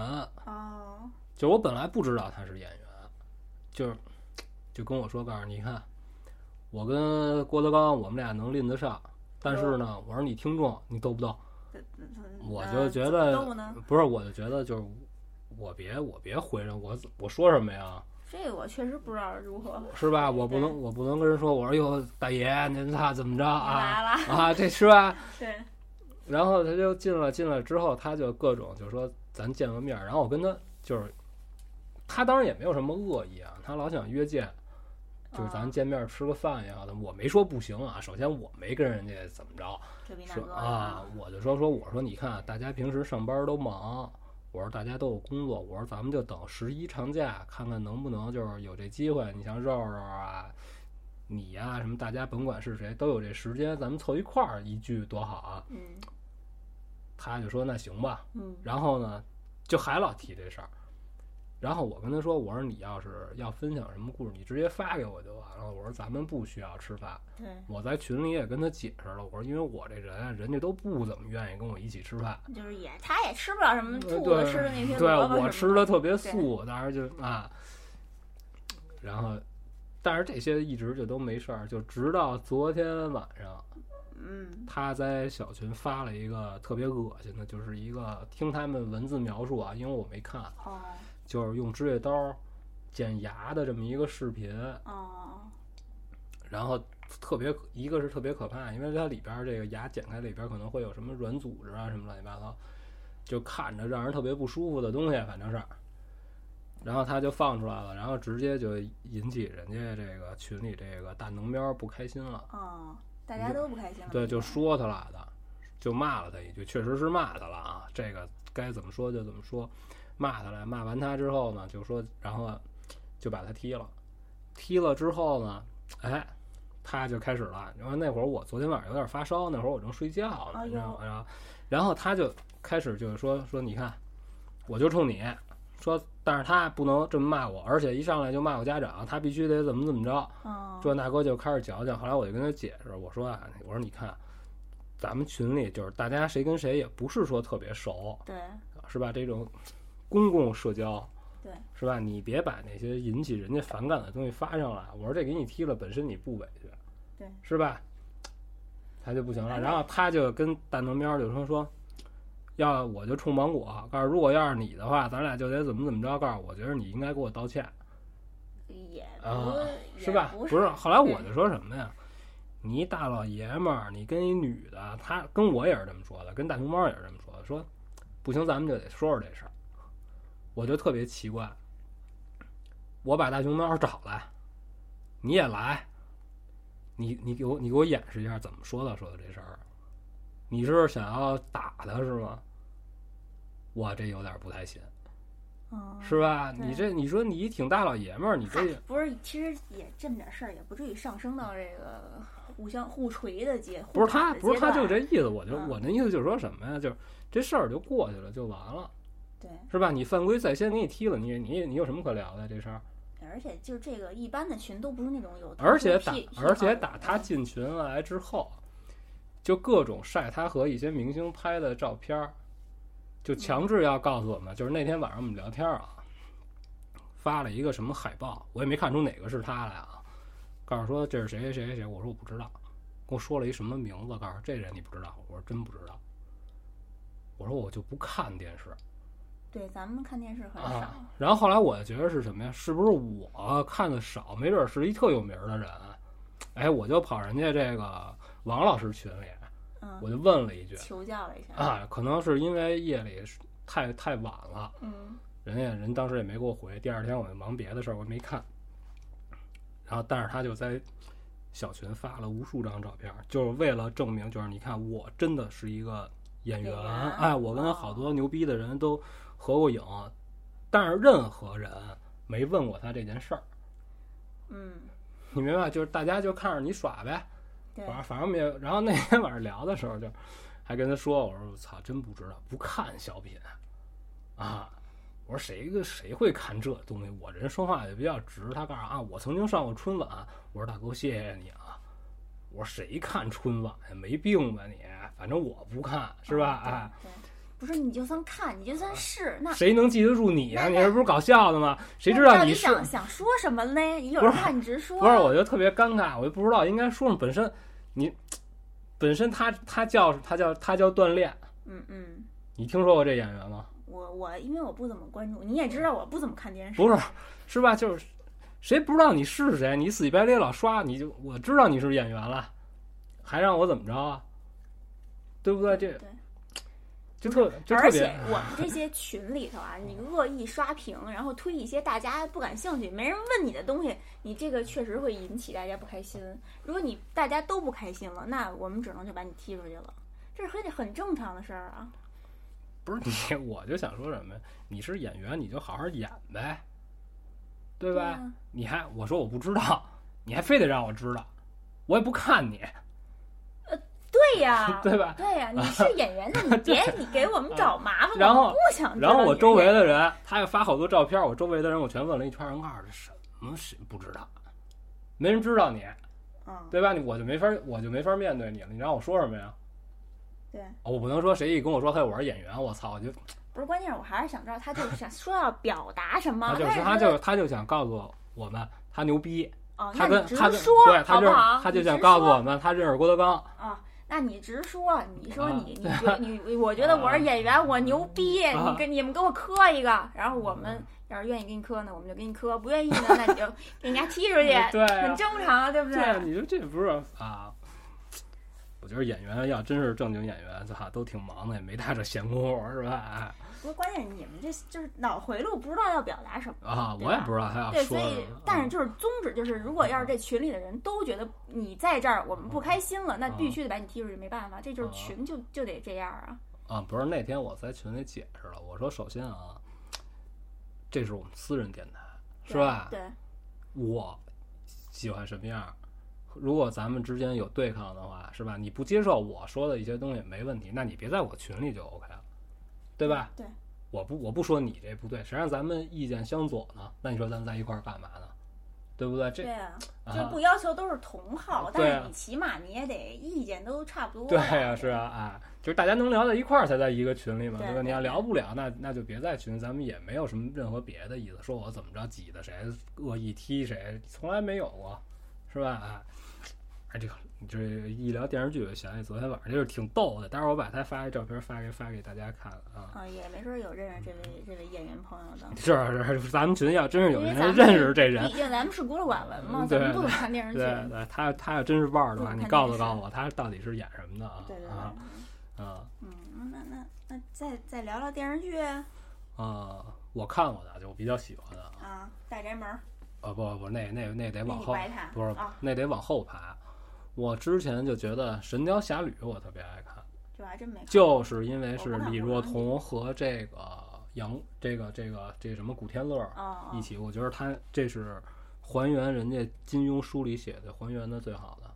哦
就是我本来不知道他是演员，就是就跟我说，告诉你看，我跟郭德纲我们俩能拎得上，但是呢，我说你听众你逗不逗？
这这这
我
呃
就觉
怎么
得
逗呢
不是，我就觉得就是我别我别回人，我我说什么呀？
这个我确实不知道如何。
是吧？我不
对
能我不能跟人说，我说哟大爷您看怎么着啊
来了，
啊这是吧？
对，
然后他就进了，进了之后他就各种就说咱见个面儿，然后我跟他就是，他当然也没有什么恶意啊，他老想约见，就是咱
啊
见面儿吃个饭也好的，我没说不行啊，首先我没跟人家怎么着，
隔壁大
说
哥
啊，，我就说说我说你看大家平时上班都忙，我说大家都有工作，我说咱们就等十一长假看看能不能就是有这机会，你像肉肉啊。你呀、什么大家甭管是谁，都有这时间，咱们凑一块儿一聚多好啊！
嗯
他就说那行吧，
嗯
然后呢，就还老提这事儿。然后我跟他说，我说你要是要分享什么故事，你直接发给我就完了。我说咱们不需要吃饭。
对，
我在群里也跟他解释了，我说因为我这人啊，人家都不怎么愿意跟我一起吃饭。
就是也他也吃不了什么
呃
兔
对
子吃的那些
对
萝卜
我
什
吃
么
的特别素，当时就啊，然后，但是这些一直就都没事儿，就直到昨天晚上，
嗯，
他在小群发了一个特别恶心的，就是一个听他们文字描述啊，因为我没看，
哦
就是用指甲刀剪牙的这么一个视频，
哦，
然后特别一个是特别可怕，因为它里边儿这个牙剪开里边儿可能会有什么软组织啊什么乱七八糟，就看着让人特别不舒服的东西，反正是。然后他就放出来了，然后直接就引起人家这个群里这个大能喵不开心了，
哦，大家都不开心了。
对，就说他来的，就骂了他一句，确实是骂他了啊，这个该怎么说就怎么说，骂他了，骂完他之后呢，就说，然后就把他踢了，踢了之后呢，哎，他就开始了，然后那会儿我昨天晚上有点发烧，那会儿我正睡觉呢，
哎呦
你知道吗？然后然后他就开始就是说说你看，我就冲你说，但是他不能这么骂我，而且一上来就骂我家长，他必须得怎么怎么着。
嗯，
这那哥就开始矫情。后来我就跟他解释，我说啊，我说你看，咱们群里就是大家谁跟谁也不是说特别熟，
对，
是吧？这种公共社交，
对，
是吧？你别把那些引起人家反感的东西发上来。我说这给你踢了，本身你不委屈，
对，
是吧？他就不行了，然后他就跟大能喵就说说，要我就冲芒果，告诉如果要是你的话，咱俩就得怎么怎么着，告诉我觉得你应该给我道歉。
也
啊
不
是吧？
不
不是，后来我
嗯
就说什么呀？你一大老爷们儿，你跟一女的，她跟我也是这么说的，跟大熊猫也是这么说的，说不行，咱们就得说说这事儿。我就特别奇怪，我把大熊猫找来，你也来，你你给我你给我演示一下怎么说的说的这事儿。你是想要打他是吗？我这有点不太行，
嗯
是吧？
对
你这你说你挺大老爷们儿，你这也
不是，其实也这么点事儿，也不至于上升到这个互相互锤的阶。
不是
互打
他，
的
不是
阶
他，就
段
这意思。我就
嗯
我那意思就是说什么呀？就是这事儿就过去了，就完了，
对，
是吧？你犯规在先，给你踢了，你你你有什么可聊的这事儿？
而且就这个一般的群都不是那种有，
而且打
癖，
而且打他进群来之后，就各种晒他和一些明星拍的照片儿，就强制要告诉我们，就是那天晚上我们聊天儿啊，发了一个什么海报，我也没看出哪个是他来啊，告诉说这是谁谁谁谁谁，我说我不知道，跟我说了一什么名字，告诉这人你不知道，我说真不知道，我说我就不看电视，
对，咱们看电视很少，
啊。然后后来我觉得是什么呀？是不是我看的少？没准是一特有名儿的人，哎，我就跑人家这个王老师群里，
嗯，
我就问了一句
求教了一下，
啊，可能是因为夜里是太太晚了，
嗯
人家人当时也没给我回，第二天我就忙别的事儿，我也没看。然后，但是他就在小群发了无数张照片，就是为了证明，就是你看我真的是一个演员，
演员
哎，我跟
哦
好多牛逼的人都合过影，但是任何人没问过他这件事儿，
嗯，
你明白？就是大家就看着你耍呗，
对
反，正反正没有。然后那天晚上聊的时候就，还跟他说：“我说我操，真不知道，不看小品啊。”我说谁个谁会看这东西？我这人说话也比较直。他告诉我啊，我曾经上过春晚。我说大哥，谢谢你啊。我说谁看春晚呀？没病吧你？反正我不看，是吧？啊哎、
啊，对，不是你就算看，你就算是那。
谁能记得住你呀、你这不是搞笑的吗？谁
那
知道
到
你
底
是？
想想说什么嘞？你有
不是
什么话你直说。
不是，我就特别尴尬，我就不知道应该说什么。本身你本身他他叫他叫他叫锻炼，
嗯嗯，
你听说过这演员吗？
我我因为我不怎么关注，你也知道我不怎么看电
嗯
视。
不是，是吧？就是谁不知道你是谁，你死乞白赖老刷，你就我知道你是演员了，还让我怎么着啊？对不对？这
对。
就特就特
而且
别，
我们这些群里头 啊，你恶意刷屏，然后推一些大家不感兴趣、没人问你的东西，你这个确实会引起大家不开心。如果你大家都不开心了，那我们只能就把你踢出去了，这是很很正常的事儿啊。
不是你， 我就想说什么呀？你是演员，你就好好演呗，对吧？
啊
你还我说我不知道，你还非得让我知道，我也不看你，，
对对呀
对吧？
对呀，你是演员 的，你别你给我们找麻烦，
嗯然后
我们不想知道
然后我
你是
周围
演员
的人，他要发好多照片，我周围的人我全问了一圈，人告诉我这什么谁不知道，没人知道你，
嗯，
对吧？你我就没法，我就没法面对你了。你让我说什么呀？哦
对，
我不能说谁一跟我说嘿，我是演员，我操，我就
不是，关键是我还是想知道他就是想说要表达什么
他，就是
是
他
觉
就
得
是他就想告诉我们他牛逼，
哦，
他
那
跟
你直
他跟
说
对他
好
就
不
是
好？
他就
你
想
直
告诉
说
我们他认识郭德纲，
啊，那你直说，你说
啊
你你觉你你，我觉得我是演员，我牛逼，
啊
你跟你们给我磕一个，然后我们要是愿意给你磕呢，我们就给你磕；不愿意呢，那你就 给人家踢出去，
对啊
很正常啊，对不
对
对？
啊，你说这不是啊？我觉得演员要真是正经演员，哈，都挺忙的，也没大这闲工夫，是吧？啊
不是，关键是你们这就是脑回路，不知道要表达什么。
啊，
对
我也
吧
不知道他要
对，
说嗯
所
什
以
么。嗯
但是就是宗旨就是，如果要是这群里的人都觉得你在这儿，我们不开心了，那
啊
必须得把你踢出去，没办法，这
嗯
就是群就就得这样啊。
啊，不是那天我在群里解释了，我说首先啊，这是我们私人电台，是
对
吧？
对，
我喜欢什么样儿，如果咱们之间有对抗的话，是吧？你不接受我说的一些东西没问题，那你别在我群里就 OK 了，对吧？
对，
我不我不说你这不对，谁让咱们意见相左呢？那你说咱们在一块儿干嘛呢？对不对？这
对啊，
啊
就不要求都是同号，
对啊
但是你起码你也得意见都差不多。
对呀、是啊，哎，就是大家能聊在一块儿才在一个群里嘛，对
对
吧？
对
你要
对
聊不了，那那就别在群，咱们也没有什么任何别的意思，说我怎么着挤的谁，恶意踢谁，从来没有过，是吧？哎，哎这个你这一聊电视剧，我想起昨天晚上就是挺逗的，待会儿我把他发一照片发给发给大家看啊。
啊，也没准儿有认识这位这位演员朋友的。
是啊是，咱们群要真是有
因为
人
咱们
认识这人
毕，竟咱们是孤陋寡闻嘛
嗯，
咱
对
们不怎么看电视
对啊
剧。
对，他他要真是腕儿的话，
不
你
看
告诉
电视
告诉我他到底是演什么的啊？
对对对，
啊啊！
嗯，那那那再再聊聊电视剧啊，
啊，我看过的，就我比较喜欢的。
《大宅门》
啊，不不，那那那得
那
往
你
后
白看，
不是
啊，
那得往后排。我之前就觉得《神雕侠侣》我特别爱看，
这我还真没看。
就是因为
我
是
不看
李
哦我
若
不看
彤和这个杨这个这个这什么古天乐儿
哦
一
哦
起，我觉得他这是还原人家金庸书里写的还原的最好的。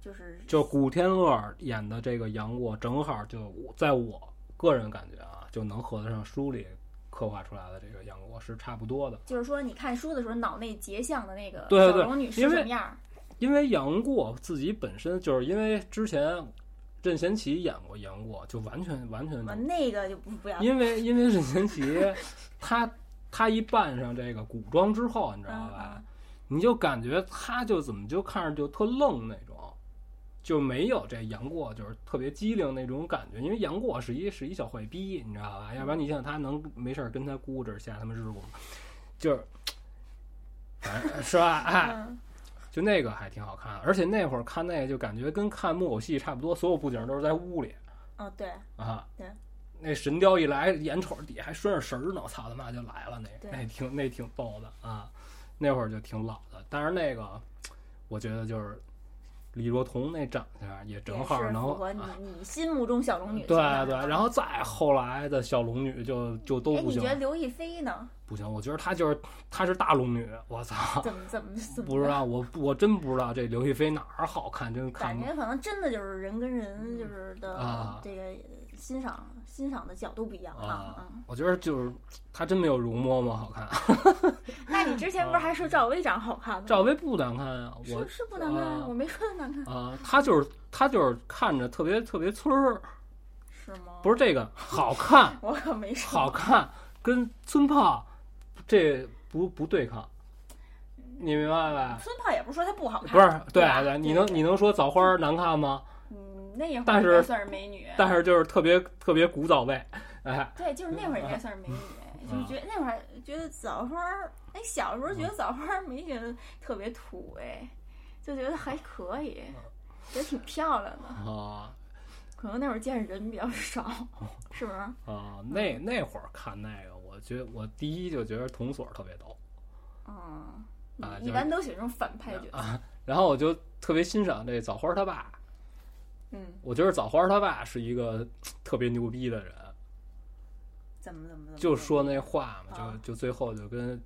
就是
就古天乐演的这个杨过，正好就在我个人感觉啊，就能合得上书里刻画出来的这个杨过是差不多的。
就是说，你看书的时候脑内结像的那个
对对
小龙女是
因为
什么样儿？
因为杨过自己本身就是因为之前任贤齐演过杨过，就完全完全
啊，
能，
那个就不不要。
因为因为任贤齐他他一扮上这个古装之后，你知道吧，
嗯
你就感觉他就怎么就看着就特愣那种。就没有这杨过就是特别机灵那种感觉，因为杨过是一是一小坏逼，你知道吧？要不然你想他能没事儿跟他姑这儿瞎他妈日乎吗？就是，反正是吧？哎，
嗯，
就那个还挺好看，而且那会儿看那个就感觉跟看木偶戏差不多，所有布景都是在屋里
哦对，
啊。
对。
那神雕一来，眼瞅着底下还拴着绳儿呢，我操他妈就来了，那
对
那挺那挺逗的啊。那会儿就挺老的，但是那个我觉得就是李若彤那长相也正好
也是
能
符合你
啊
你心目中小龙女的
对啊
形象
对，然后再后来的小龙女就就都
哎，
不
你
行
觉得刘亦菲 呢？
不行，我觉得她就是她是大龙女，我操，
怎么怎么怎么？
不知道我我真不知道这刘亦菲哪儿好看，真看
感
不
觉可能真的就是人跟人就是
啊
的这个欣赏欣赏的角度不一样
啊
啊。嗯，
我觉得就是她真没有容嬷嬷好看，
那你之前不是还说赵薇长好看吗？
啊 赵薇不难看啊，我
是是不难看，我没说她难看，
啊，她就是她就是看着特别特别村儿，
是吗？
不是这个好看
我可没说。
好看跟村炮这不不对抗，你明白吧？
孙胖也不是说她不好看，
不是，对
吧
对，你能你能说枣花儿难看吗？
嗯，那一会
但
儿
是
应该算是美女，
但是就是特别特别古早味，哎，
对，就是那会儿应该算是 美女，哎就是
啊
觉得那会儿觉得枣花儿，哎，小时候
嗯
觉得枣花儿没觉得特别土，哎，就觉得还可以，
嗯
觉得挺漂亮的。
啊
可能那会儿见人比较少，
哦
是不是？
啊，那那会儿看那个，我觉得我第一就觉得童锁儿特别逗。
嗯
啊，
你
就
一般都喜欢这种反派角色。
啊，然后我就特别欣赏这枣花儿他爸，
嗯，
我觉得枣花儿他爸是一个特别牛逼的人，
怎么怎么怎么？
就说那话嘛，
啊
就就最后就跟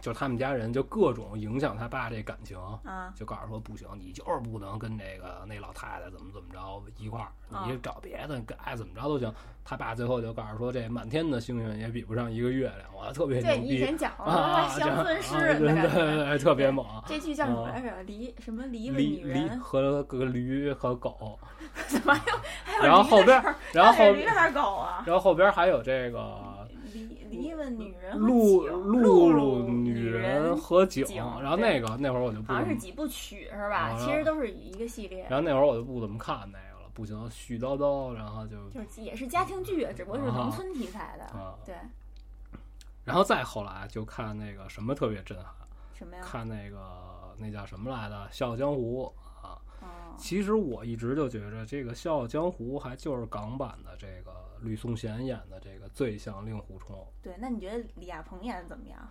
就是他们家人就各种影响他爸这感情，
啊，
就告诉说不行，你就是不能跟那个那老太太怎么怎么着一块儿，
啊
你找别的，跟爱怎么着都行。他爸最后就告诉说，这满天的星星也比不上一个月亮，我特别
对，
牛
你以
逼
前讲过
啊！这样
乡村诗
啊
人的
对
感
对对
觉。
对，特别猛。
这剧叫什么
啊
来着？离什么离了
驴
女
驴
人？
和个驴和狗，
怎么又还 有
然后
驴
后
的
边
事儿
然后
还有
后
驴还是狗啊？
然后后边还有这个
离离了女人
嗯
和
露
酒
露
露
女
人
人，和井
井，
然后
对
那个那会儿我就不
好像是
怎么
几部曲是吧？
嗯啊
其实都是一个系列，
然后那会儿我就不怎么看那个了，不行，絮叨叨，然后就
就是也是家庭剧，啊只不过是农村题材的。
啊，
对，
然后再后来就看那个什么特别震撼，
什么呀？
看那个那叫什么来着，《笑傲江湖》啊。
哦，
其实我一直就觉着这个《笑傲江湖》还就是港版的这个吕颂贤演的这个最像令狐冲，
对，那你觉得李亚鹏演的怎么样？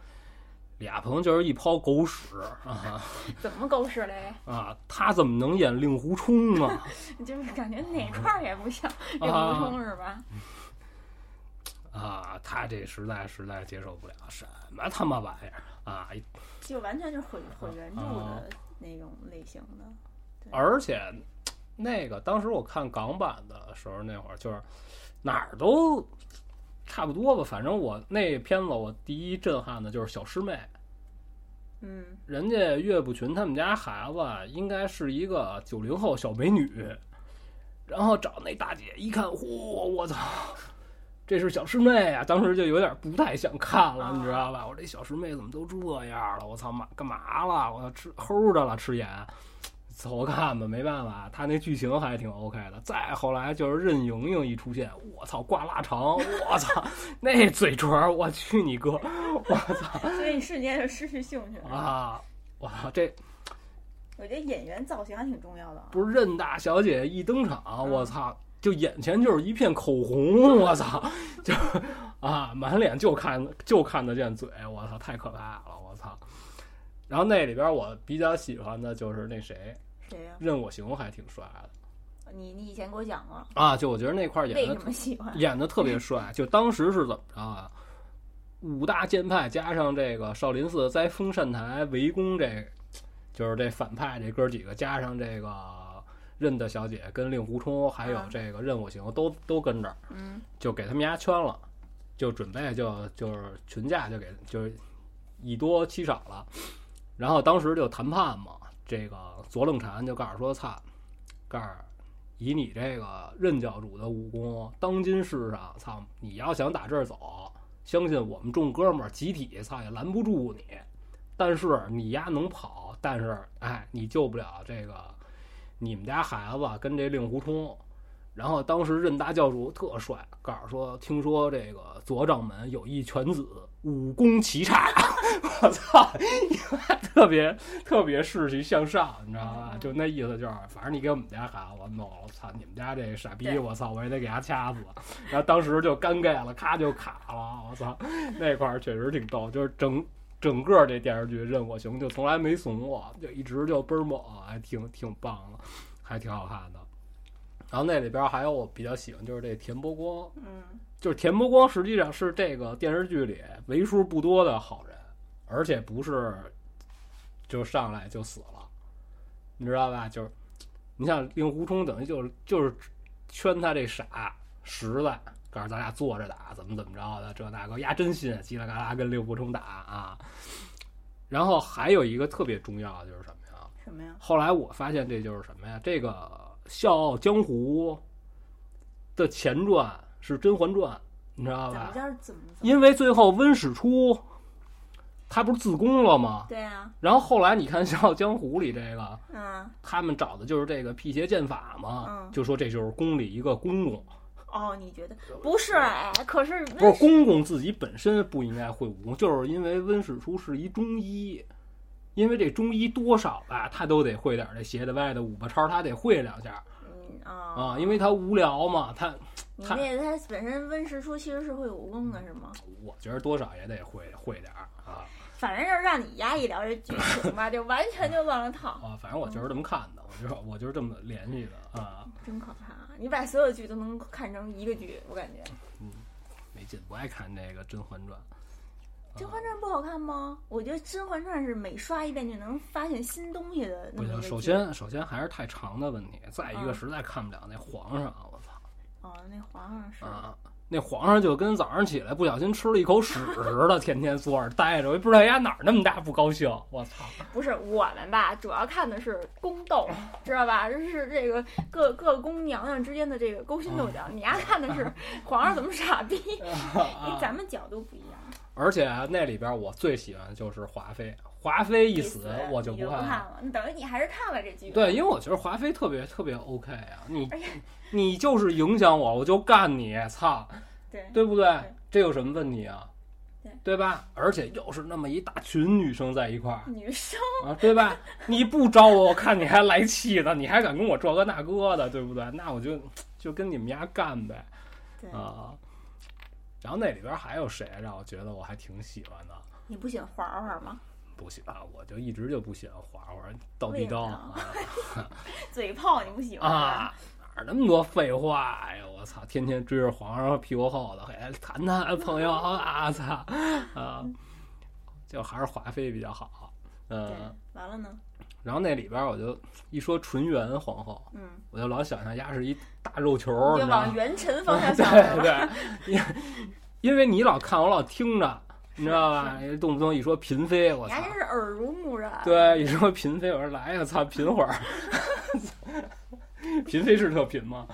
李亚鹏就是一泡狗屎啊
怎么狗屎嘞？
啊！他怎么能演令狐冲啊？
就是感觉哪块儿也不像令狐冲是吧？
啊，他这实在实在接受不了，什么他妈玩意儿啊！
就完全是毁毁原著的那种类型的。
而且那个当时我看港版的时候，那会儿就是哪儿都差不多吧。反正我那片子我第一震撼的就是小师妹，
嗯，
人家岳不群他们家孩子应该是一个九零后小美女，然后找那大姐一看，嚯，我操！这是小师妹啊！当时就有点不太想看了，
啊
你知道吧？我这小师妹怎么都这样了？我操妈，干嘛了？我操，吃齁着了，吃盐。凑合看吧，没办法，他那剧情还挺 OK 的。再后来就是任盈盈一出现，我操，挂腊肠，我操， 那嘴唇儿，我去你哥！
所以瞬间就失去兴趣了。
啊，我操，这
我觉得演员造型还挺重要的啊。
不是任大小姐一登场，我操，就眼前就是一片口红，我操，就是啊，满脸就看就看得见嘴，我操，太可怕了，我操。然后那里边我比较喜欢的就是那谁
谁呀、
任我行还挺帅的
你你以前给我讲过，
啊，就我觉得那块儿
为
演的
什么喜欢？
演的特别帅，就当时是怎么着啊？五大剑派加上这个少林寺在封禅台围攻这，就是这反派这哥几个，加上这个任大小姐跟令狐冲，还有
啊
这个任我行都都跟着，
嗯，
就给他们家圈了，就准备就就是群架就给就是以多欺少了，然后当时就谈判嘛，这个左冷禅就告诉说：“操，告诉以你这个任教主的武功，当今世上，操，你要想打这儿走，啊相信我们众哥们儿集体，操也拦不住你。但是你丫能跑，但是哎，你救不了这个你们家孩子跟这令狐冲。”然后当时任大教主特帅，告诉说：“听说这个左掌门有一犬子，武功奇差。” 我操，特别特别士气向上，你知道吧？就那意思就是，反正你给我们家孩子弄了，我操你们家这傻逼，
对
我操我也得给他掐死。然后当时就尴尬了，咔就卡了，我操，那块儿确实挺逗，就是整。整个这电视剧《任我行》就从来没怂过，就一直就倍儿猛，还挺挺棒的，还挺好看的。然后那里边还有我比较喜欢就是这田伯光，
嗯，
就是田伯光实际上是这个电视剧里为数不多的好人，而且不是就上来就死了，你知道吧？就是你像令狐冲等于就是就是圈他这傻实在，告诉咱俩坐着打怎么怎么着的，这那个压真心叽里嘎啦跟令狐冲打啊。然后还有一个特别重要的就是什么呀？
什么呀？
后来我发现这就是什么呀？这个《笑傲江湖》的前传是《甄嬛传》，你知道
怎么
吧？
叫怎么？怎么
因为最后温实初他不是自宫了吗？
对啊，
然后后来你看《笑傲江湖》里这个，
嗯，
他们找的就是这个辟邪剑法嘛，
嗯
就说这就是宫里一个公公，
哦，你觉得不是？哎，可是
啊不是公公自己本身不应该会武功，就是因为温实初是一中医，因为这中医多少吧，他都得会点儿这斜的歪的五八叉，他得会两下。
嗯啊
啊，因为他无聊嘛，他
你
他
嗯那他本身温实初其实是会武功的，是吗？
我觉得多少也得会会点儿啊
反正就是让你压一聊这 剧情吧，就完全就忘了套，
啊，反正我就是这么看的，我就是我就是这么联系的啊，
真可怕！你把所有剧都能看成一个剧，我感觉
没劲，不爱看那个《甄嬛传》啊
甄嬛传》不好看吗？我觉得《甄嬛传》是每刷一遍就能发现新东西的那
不
么一
行，
个剧。
首先首先还是太长的问题，再一个
嗯
实在看不了那皇上，我操
哦，那皇上是、
啊！那皇上就跟早上起来不小心吃了一口屎似的，天天坐着待着，我也不知道人家哪儿那么大不高兴，我操！
不是我们吧？主要看的是宫 斗，知道吧？就是这个各各宫娘娘之间的这个勾心斗角。
哦
你丫看的 是皇上怎么傻逼，
啊
因哎为咱们角度不一样。
而且啊那里边我最喜欢的就是华妃，华妃一死我就
你就
看
看
了。
了，你等于你还是看了这剧。
对，因为我觉得华妃特别特别 OK 啊，你
而且
你就是影响我，我就干你，操，
对
对不对
哎对？
这有什么问题啊？
对
吧？而且又是那么一大群女生在一块 儿
女生
啊，对吧？你不招我，我看你还来气呢，你还敢跟我这个那个的，对不对？那我就就跟你们家干呗
对、
啊！然后那里边还有谁让我觉得我还挺喜欢的？
你不喜欢嬛 嬛吗？
不喜欢，啊我就一直就不喜欢华华倒
为
地
什
刀
么
啊
嘴炮你不喜欢
啊！哪儿那么多废话呀！我操，天天追着皇上屁股后头，嘿，哎谈谈朋友 啊，操啊！就还是华妃比较好，
对
嗯。，
完了呢？
然后那里边我就一说纯元皇后，
嗯，
我就老想象丫是一大肉球
你，
你
就
知道
往
吗？
元辰方 向想是
对
吧？
对， 因因为你老看我老听着，你知道吧？动不动一说嫔妃，我
你
操
还，真是耳濡目染。
对，一说嫔妃，我说来呀，操，嫔会儿。 嫔妃是特嫔吗？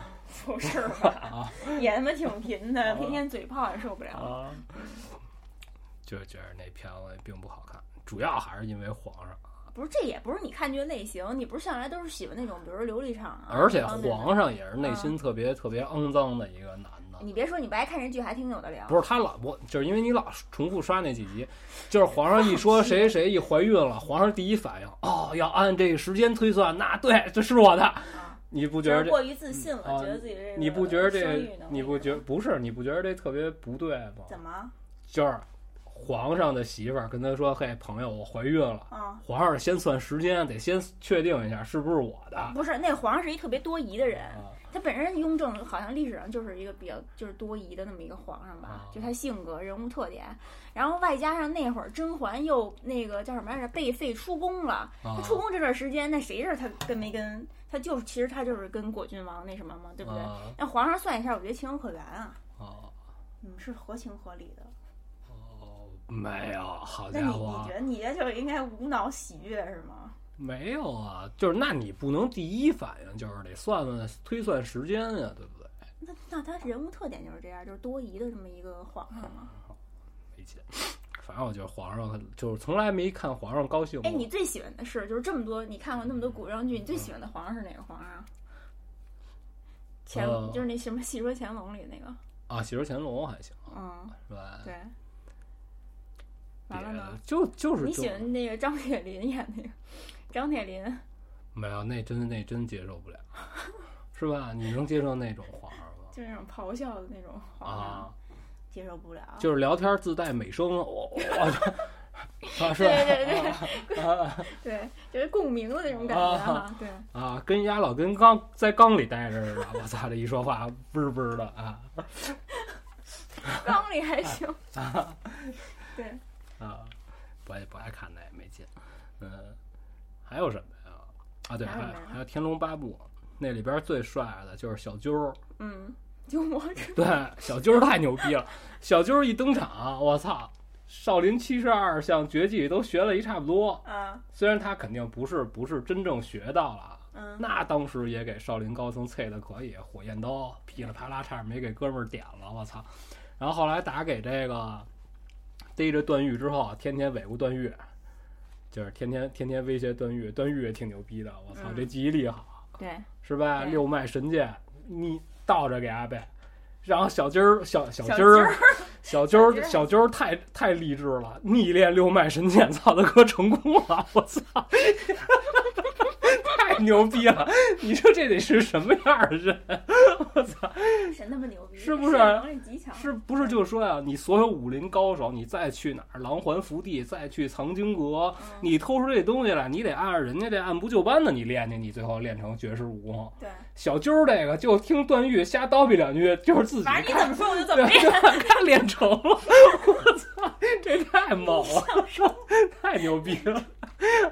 不是吧？也他妈挺贫的，
啊
天天嘴炮也受不了。
啊， 就是觉得那片子并不好看，主要还是因为皇上，
不是，这也不是你看剧的类型，你不是向来都是喜欢那种，比如说琉璃厂啊，
而且
方面的
皇上也是
啊
内心特别、特别肮脏的一个男的。
你别说你不爱看这剧，还挺有的聊。
不是他老我就是因为你老重复刷那几集，就是皇上一 说谁谁一怀孕了，皇上第一反应哦，要按这个时间推算，那对，这是我的。
啊，
你不觉
就
得
是
这？
过于自信了，
嗯啊
觉得自己这个
你不觉得
生
这
育能？力
你不觉不是？你不觉得这特别不对吗？
怎么
就是皇上的媳妇儿跟他说：“嘿，朋友，我怀孕了。”
啊？
皇上先算时间，得先确定一下是不是我的。
不是，那皇上是一特别多疑的人，
啊，
他本身雍正好像历史上就是一个比较就是多疑的那么一个皇上吧
啊，
就他性格、人物特点，然后外加上那会儿甄嬛又那个叫什么来着，被废出宫了，
啊
他出宫这段时间，那谁知道他跟没跟？他就是其实他就是跟果郡王那什么嘛，对不对？
啊
那皇上算一下，我觉得情有可原啊，
哦
嗯，是合情合理的。
哦，没有，好
那
家
你
伙
你觉，得你这就应该无脑喜悦是吗？
没有啊，就是那你不能第一反应就是得算算推算时间呀、对不对？
那那他人物特点就是这样，就是多疑的这么一个皇上
嗯
嘛。
没劲。反正我觉得皇上就是从来没看皇上高兴过。
哎，你最喜欢的是就是这么多，你看过那么多古装剧，你最喜
嗯
欢的皇上是哪个皇上？乾隆、
呃
就是那什么《戏说乾隆》里那个，
啊，喜儿乾隆还行，啊
嗯，
是吧？
对。
别
完了
的
呢？
就就是
你
哎就
喜欢那个张铁林演那个张铁林？
没有那真那真接受不了，是吧？你能接受那种皇上吗？
就是那种咆哮的那种皇上，
啊，
接受不了。
就是聊天自带美声，我我我 啊是吧
对对对
啊
对，就是共鸣的那种感觉哈、
啊
对，
啊，跟人家老跟缸在缸里待着似的，我操，这一说话嘣儿嘣儿的啊
缸里还行。
哎
对，
啊，不爱不爱看那也没劲，嗯，还有什么呀？啊对，
还有
还有
什么呀
还有《天龙八部》，那里边最帅的就是小鸠儿，
嗯，鸠摩智
对，小鸠儿太牛逼了，小鸠儿一登场，我操！少林七十二项绝技都学了一差不多，
啊，
虽然他肯定不是不是真正学到了啊，
嗯，
那当时也给少林高僧啐的可以，火焰刀噼里啪啦，差点没给哥们儿点了，我操！然后后来打给这个逮着段誉之后，天天尾咕段誉，就是天天天天威胁段誉，段誉也挺牛逼的，我操，
嗯
这记忆力好
对，
是吧？
对
六脉神剑，你倒着给阿贝。然后小鸡儿，小小
小
鸡儿
鸡，
小鸡儿
小鸡，儿
小鸡儿太太励志了，逆练六脉神剑，操他哥成功了，我 操！太牛逼了！你说这得是什么样儿的人？我操，
神他妈牛逼，
是不是
摄影能力极强？
是不是就说呀、你所有武林高手，你再去哪儿狼环福地，再去藏经阁，
嗯，
你偷出这东西来，你得按照人家这按部就班的你练去，你最后练成绝世武功。
对，
小揪儿这个就听段誉瞎叨逼两句，就是自己
反正你
看
怎么说我就怎么
对，
练。
就看练成了，我操，这太猛了，太牛逼了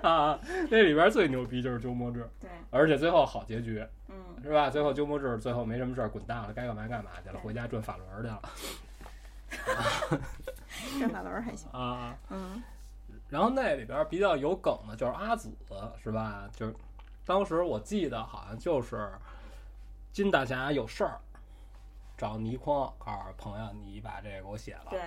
啊！那里边最牛逼就是鸠摩智，
对，
而且最后好结局
嗯，
是吧？最后鸠摩智最后没什么事儿，滚蛋了，该干嘛干嘛去了，回家转法轮去了
转法轮儿还行，
啊。
嗯
然后那里边比较有梗的就是阿紫，是吧？就是当时我记得好像就是金大侠有事儿找倪匡，告诉朋友你把这个给我写了。
对，
后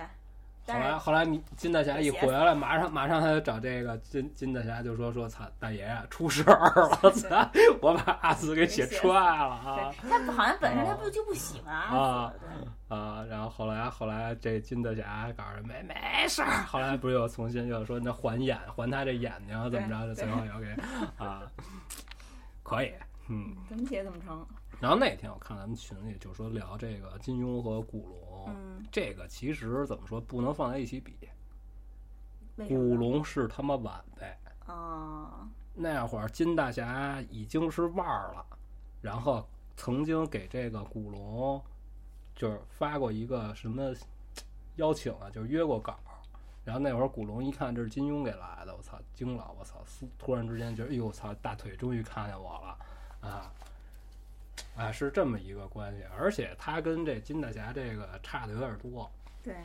但
来
是
后来你金大侠一回来，马上马上他就找这个金金大侠就说说操大爷啊出事儿了，操我把阿紫给写踹了啊
对他好像本身他不就不喜欢阿
啊
紫，对
啊！然后后来后来这金大侠告诉没没事儿，后来不是又重新又说那还眼还他这眼睛怎么着，就
对
最后又给啊可以嗯。
怎么写怎么成，
然后那天我看咱们群里就说聊这个金庸和古龙，
嗯，
这个其实怎么说不能放在一起比，
为什
古
么呢？
龙是他妈晚辈。
啊，
那会儿金大侠已经是腕儿了，然后曾经给这个古龙就是发过一个什么邀请啊，就是约过稿儿。然后那会儿古龙一看这是金庸给来的，我操，惊了，我操！突突然之间觉得，哎呦，我操，大腿终于看见我了，啊！啊，是这么一个关系，而且他跟这金大侠这个差的有点多，
对，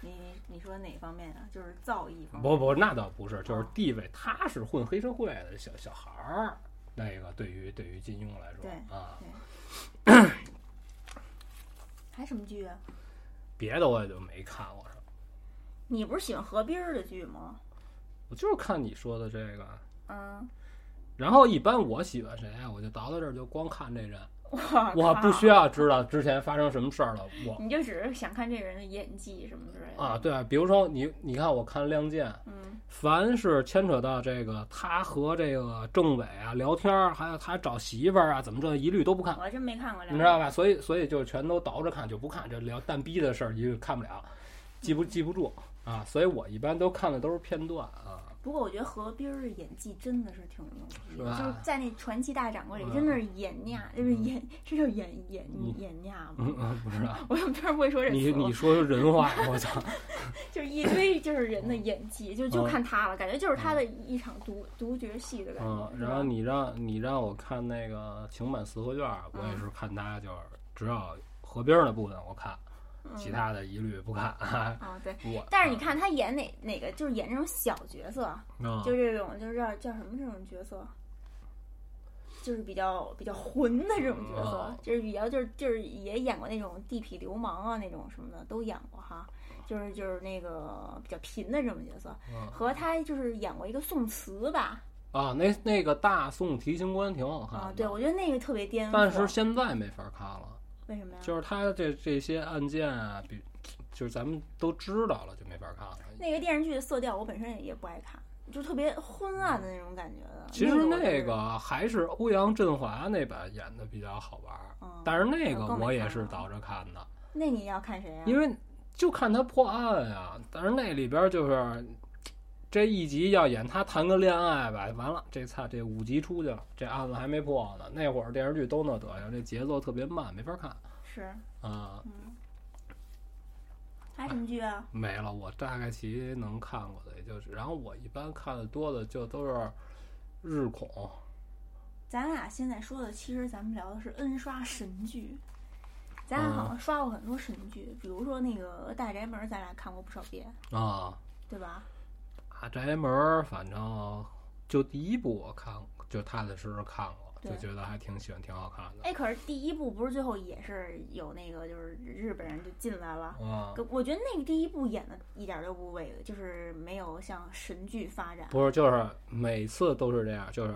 你你你说哪方面啊？就是造诣方面，
不不，那倒不是，就是地位，他是混黑社会的小小孩儿。那个对于对于金庸来说
对
啊，
还什么剧啊？
别的我也就没看过什么，
你不是喜欢何冰儿的剧吗？
我就是看你说的这个。
嗯，
然后一般我喜欢谁啊，我就倒到这儿就光看这人，
我
我不需
要，
要知道之前发生什么事儿了。我
你就只是想看这人的演技什么之类的
啊，，对啊，比如说你你看我看《亮剑》，
嗯，
凡是牵扯到这个他和这个政委啊聊天儿，还有他找媳妇儿啊怎么着，一律都不看。
我还真没看过，
你知道吧？所以所以就全都倒着看，就不看这聊蛋逼的事儿，一个看不了，记不记不住啊。所以我一般都看的都是片段啊。
不过我觉得何冰儿的演技真的是挺牛逼
是
的，
吧
就是在那《传奇大掌柜》里
啊嗯
真的是演nha，就是 演，这叫演演
嗯
演nha吗？
嗯嗯，不知道
我也不知道会说这
你
词
你
了，
说人话，我 操！
就是一堆就是人的演技，就就
嗯
看他了，感觉就是他的一场独独角戏的感
嗯
觉。，是
然后
吧
你让你让我看那个《情满四合院》，我也
嗯
是看他就是只要河边儿的部分我看，
嗯
其他的一律不看。 啊
啊对，
我
但是你看他演哪哪个，就是演那种小角色，
啊
就这种就是叫叫什么这种角色，就是比较比较混的这种角色，
嗯
就是比较就是就是也演过那种地痞流氓啊那种什么的都演过哈，就是就是那个比较贫的这种角色，
嗯
和他就是演过一个宋词吧，
啊，那那个《大宋提刑官》挺好看
啊
的，，
对我觉得那个特别颠覆，
但是现在没法看了。
为什么呀？
就是他这这些案件啊，比就是咱们都知道了，就没法看了。
那个电视剧的色调我本身也也不爱看，就特别昏暗的那种感觉的。
其实
我就是
那个还是欧阳震华那版演的比较好玩儿，
嗯
但是那个
我更没
我也
看嗯
是
过
倒着看的，
那你要看谁呀、
因为就看他破案啊。但是那里边就是这一集要演他谈个恋爱吧，完了这操这五集出去了，这案子还没破呢。那会儿电视剧都那德行，这节奏特别慢，没法看
是
啊、
嗯，还有什么剧啊？
没了，我大概其能看过的也就是，然后我一般看的多的就都是日恐，
咱俩现在说的，其实咱们聊的是 N 刷神剧，咱俩好像刷过很多神剧，比如说那个《大宅门》，咱俩看过不少遍，
啊，
对吧？
大啊宅门儿，反正就第一部我看过，就踏踏实实看过，
对
就觉得还挺喜欢，挺好看的。
哎，可是第一部不是最后也是有那个就是日本人就进来 了，
啊，
可我觉得那个第一部演的一点儿都不为，就是没有像神剧发展。
不是，就是每次都是这样，就是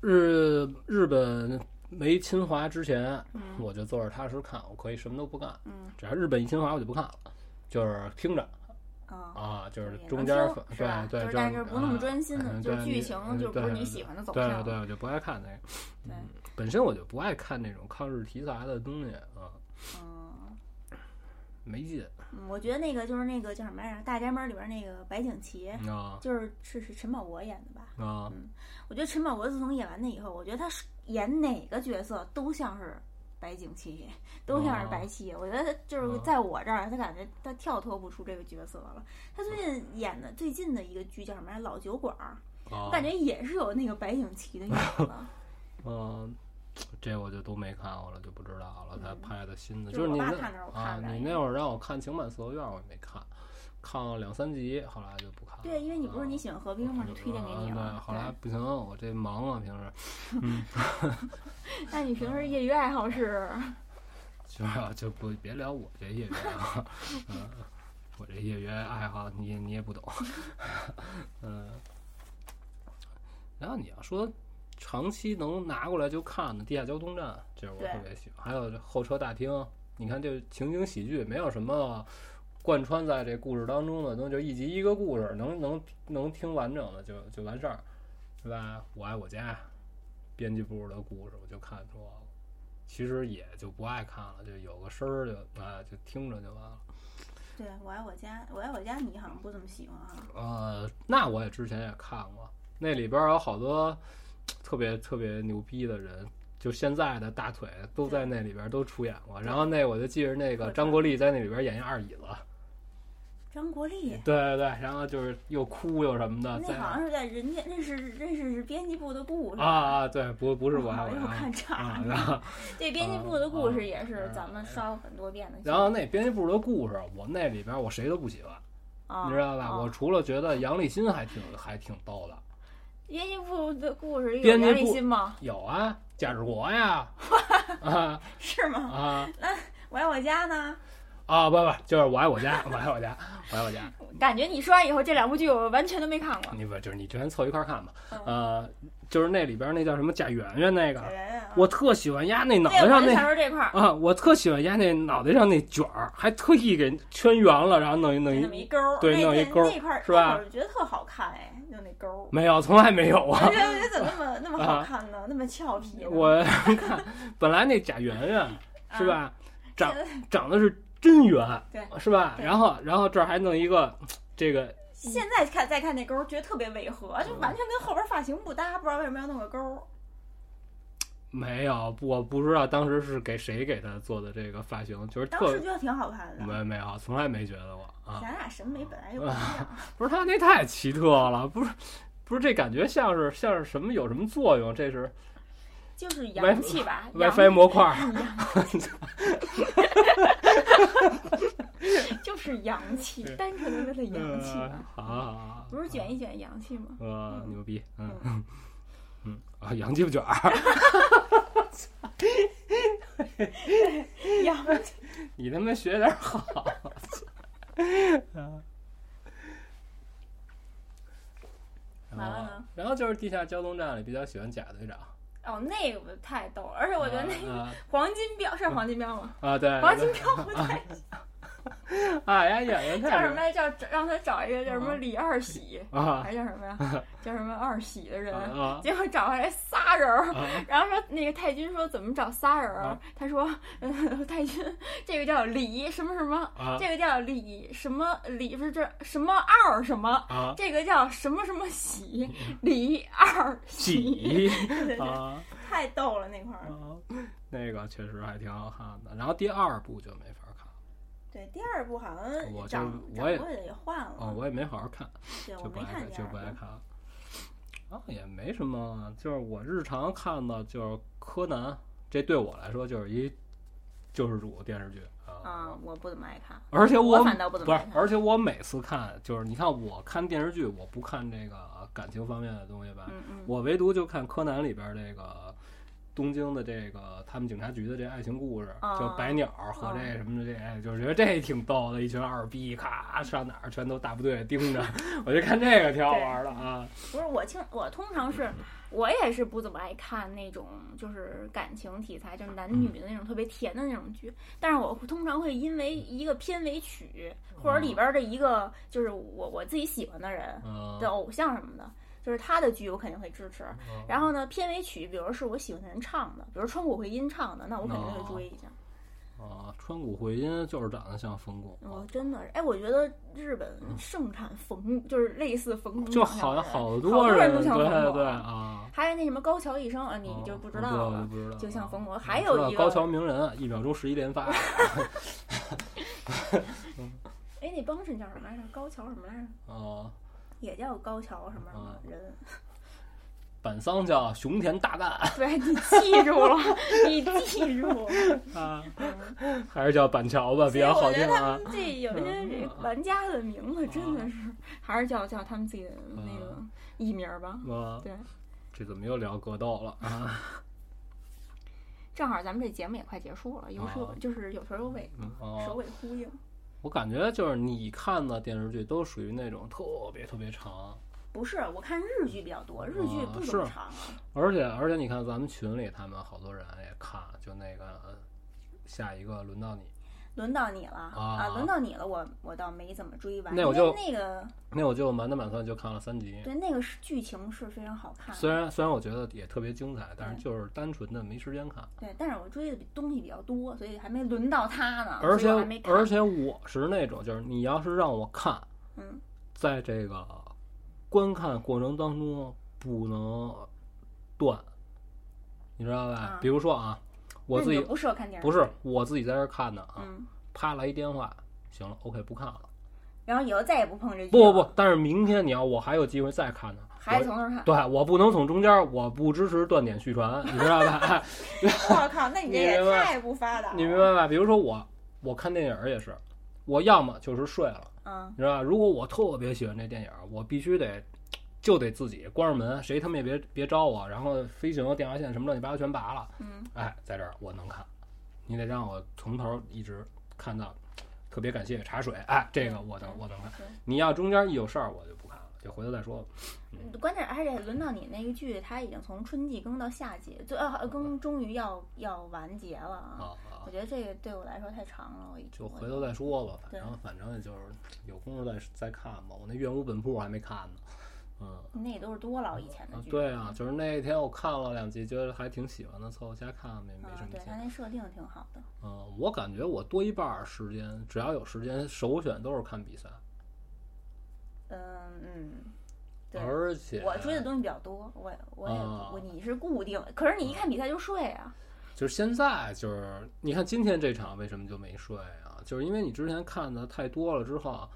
日日本没侵华之前，
嗯
我就坐着踏实看，我可以什么都不干，
嗯
只要日本一侵华我就不看了，就是听着。
啊。
啊，就
就是也
中
能
间儿
听
反
是吧
对
就
对，
是但
就是
不那么专心的
嗯
就是
对
剧
你
情
嗯
就不是
对
你
对
喜欢的走
对
向
对，我就不爱看那个。
对
嗯，本身我就不爱看那种抗日题材的东西啊，
嗯
没劲
嗯，我觉得那个就是那个叫什么来着，《大宅门》里边那个白景琦，
啊
就是是是陈宝国演的吧？
啊
我觉得陈宝国自从演完那以后，我觉得他是演哪个角色都像是白景琦，都像是白七。我觉得就是
哦
在我这儿，他感觉他跳脱不出这个角色了。他最近演的最近的一个剧叫什么来？老酒馆儿，
啊
我嗯感觉也是有那个白景琦的影子。
嗯，这我就都没看过了，就不知道了。他
嗯
拍的新的，
就是
就是
我
你
爸
那
看着我
啊
看，着
你那会儿让我看《情满四合院》，我也没看，看了两三集，后来就不看了。
对，因为你不
啊
是你喜欢何冰吗？就推荐给你
啊
了
对，。后来不行，我这忙啊，平时
对那你平时业余爱好是？
啊 就是啊就不别聊我这业余爱好， 嗯，我这业余爱好你也你也不懂， 嗯。然后你要说长期能拿过来就看的《地下交通站》，这是我
对
特别喜欢，还有这候车大厅，你看这情景喜剧没有什么。贯穿在这故事当中的，能就一集一个故事，能能能听完整的就就完事儿，对吧？我爱我家，编辑部的故事，我就看出其实也就不爱看了，就有个声儿就啊，就听着就完了。
对，我爱我家，我爱我家，你好像不怎么喜欢啊。
呃，那我也之前也看过，那里边儿有好多特别特别牛逼的人，就现在的大腿都在那里边儿都出演过。然后那我就记着那个
对
张国立在那里边演一二椅子，
张国立，
对对对，然后就是又哭又什么的，在
那好像是在人家认识认识编辑部的故事
啊。啊，对，不不
不
是我爱我
又
家
看岔
啊，
了。
然后
对，编辑部的故
啊
事也是
啊
咱们刷过很多遍的。
然后那编辑部的故事，我那里边儿我谁都不喜欢，
啊，
你知道吧？
啊
我除了觉得杨立新还挺还挺逗的。
编辑部的故事有
编辑
杨立
部
新吗？
有啊，贾志国 呀，啊
是吗？
啊
我爱我家呢？
啊！不不，就是我爱我家，我爱我家，我爱我 家。
感觉你说完以后，这两部剧我完全都没看过。
你不就是你之前凑一块儿看吧？
嗯
呃，就是那里边那叫什么贾圆圆那个
小，圆圆啊
我特喜欢压那脑袋
对，我
上
就想
那
说这块儿，
啊，我特喜欢压那脑袋上那卷儿，还特意给圈圆了，然后弄一弄
就那么一
一。
勾儿，
对
那
弄一
那
勾儿
那块儿
是吧
那会儿我觉得特好看哎，就那 勾儿。
没有，从来没有
我
啊！
觉得哎我觉得怎么那么那么好
啊
看呢？那么俏皮 呢？
我看本来那贾圆圆
啊
是？吧，长
这
长得是真圆，
嗯对
是吧？
对
然后然后这儿还弄一个这个
现在看再看那勾儿，觉得特别违和，就完全跟后边发型不搭，不知道为什么要弄个勾儿。
没有，不我不知道当时是给谁给他做的这个发型，就是
当
特
时觉得挺好看的，
没没有，从来没觉得过啊。
咱俩审美本来就不一样。
不是他那太奇特了，不是不是这感觉像是像是什么有什么作用？这是
就是洋气吧洋
WiFi 模 块儿，
就是洋气
对，
单纯的为了洋气，
呃好好好好，
不是卷一卷洋气吗？
呃牛逼，嗯
嗯
嗯啊洋鸡巴卷儿，
洋气，
你他妈学点儿好。嗯
完了呢？
然后就是地下交通站里比较喜欢贾队长，
哦，那个太逗了，而且我觉得那
啊
黄金标是黄金标吗？
啊啊 对，
黄金标不太
嗯啊呀演员太
叫什么来？叫让他找一个叫什么
嗯
李二喜，
啊
还是叫什么呀？ 叫什么二喜的人？
啊
结果找回来仨人儿，
啊！
然后说那个太君说怎么找仨人儿
啊？
他说，嗯，太君这个叫李什么什么，
啊
这个叫李什么李不是这什么二什么，
啊！
这个叫什么什么喜
嗯
李二喜，
喜
对对对
啊
太逗了那块儿。
啊，那个确实还挺好看的。然后第二部就没法看
对，第二部好像
我就
掌掌
我也
柜的也换了，
啊，我也没好好看，
对我
就不
没
爱
看
看，
第
就
二
不
部
爱。看了。啊，也没什么，就是我日常看的，就是柯南，这对我来说就是一救世主电视剧
啊，我不怎么爱看。
而且我
我反倒不怎么
是
爱，看
而且我每次看，就是你看我看电视剧，我不看这个感情方面的东西吧，
嗯嗯，
我唯独就看柯南里边这个东京的这个他们警察局的这爱情故事，
啊
就白鸟和这什么的这，哎就是觉得这挺逗的，一群二逼，咔上哪儿全都大部队盯 着，我就看这个挺好玩的啊。
不是我听我通常是，我也是不怎么爱看那种就是感情题材，就是男
嗯
女的那种特别甜的那种剧。但是我通常会因为一个片尾曲或
哦
者里边的一个就是我我自己喜欢的人
嗯，
的偶像什么的，就是他的剧我肯定会支持。
嗯
然
哦
后呢，片尾曲，比如是我喜欢的人唱的，比如川谷回音唱的，那我肯定会追一下。
啊，川谷回音就是长得像冯巩，啊
哦，真的是，哎，我觉得日本盛产冯，就是类似冯
嗯
巩，
就好像好
多
人
都像
对
冯
对
巩，
啊，
还有那什么高桥医生啊，你
啊
就不知
我
道
我
了，
不知道，
就像
啊
冯巩，
我
还
知
有
道
一个
高桥名人，一秒钟十一连发，
哎，那帮衬叫什么来着？高桥什么来着？
啊，
也叫高桥什么什么
啊
人？
板桑叫熊田大干
对，你记住了， 你记住。
啊，
嗯
还是叫板桥吧，比较好听
所以我觉得他
啊
们这有些这
嗯
玩家的名字真的是，还是叫叫他们自己的
嗯
那个艺名儿吧。
啊，
对，
这怎么又聊格斗了啊？
正好咱们这节目也快结束了，有时候
啊
就是有时候有尾
嗯哦，
首尾呼应，
我感觉就是你看的电视剧都属于那种特别特别长，
不是我看日剧比较多，日剧
啊
不
是
怎么长啊，
而且而且你看咱们群里他们好多人也看，就那个呃下一个轮到你，
轮到你了
啊
轮到你了，我我倒没怎么追完，
那我
因为
就
那个
那我就满打满算就看了三集，
对那个是剧情是非常好看的，
虽然虽然我觉得也特别精彩，但
嗯
是就是单纯的没时间看。
对，但是我追的比东西比较多，所以还没轮到他呢，
而
啊所
且
以我还没看
而且我是那种，就是你要是让我看，
嗯，
在这个观看过程当中不能断，你知道吧？
啊
比如说啊，我
那
自
你
己
就不适合看电视，
不是我自己在这儿看的啊，
嗯，
啪来一电话，行了，OK 不看了。
然后以后再也不碰这剧，
不不不，，但是明天你要我还有机会再看呢，
还
我
是从头看。
对我不能从中间儿，我不支持断点续传，你知道吧？ 哎
我靠，那你这
你
也
明白
太不发达了。
你明？白吧？比如说我，我看电影儿也是，我要么就是睡了，
嗯，
你知道吧？如果我特别喜欢这电影儿，我必须得就得自己关上门，谁他妈也别别招我，然后飞行、电话线什么乱七八糟全拔了。
嗯，
哎，在这儿我能看，你得让我从头一直看到。特别感谢茶水，哎，这个我能我能看。
嗯
你要中间一有事儿，我就不看了，就回头再说吧。
对。关键而且轮到你那个剧，它已经从春季更到夏季，最呃
嗯
更终于要要完结了啊！
啊啊
我，觉得这个对我来说太长了，我已经
就回头再说吧，反
对
正反正也就是有功夫再再看吧。我那《怨无本铺》还没看呢，嗯。
那也都是多老以前的
啊
剧。，
对啊，就是那天我看了两集，觉得还挺喜欢的，凑合瞎看没没什
啊，
么
对，
劲
它。那设定挺好的。
嗯，我感觉我多一半儿时间，只要有时间，首选都是看比赛，
嗯嗯，对。
而且
我追的东西比较多，我我也、
啊
我你是固定，可是你一看比赛就睡啊，
就是现在就是你看今天这场为什么就没睡啊？就是因为你之前看的太多了之后，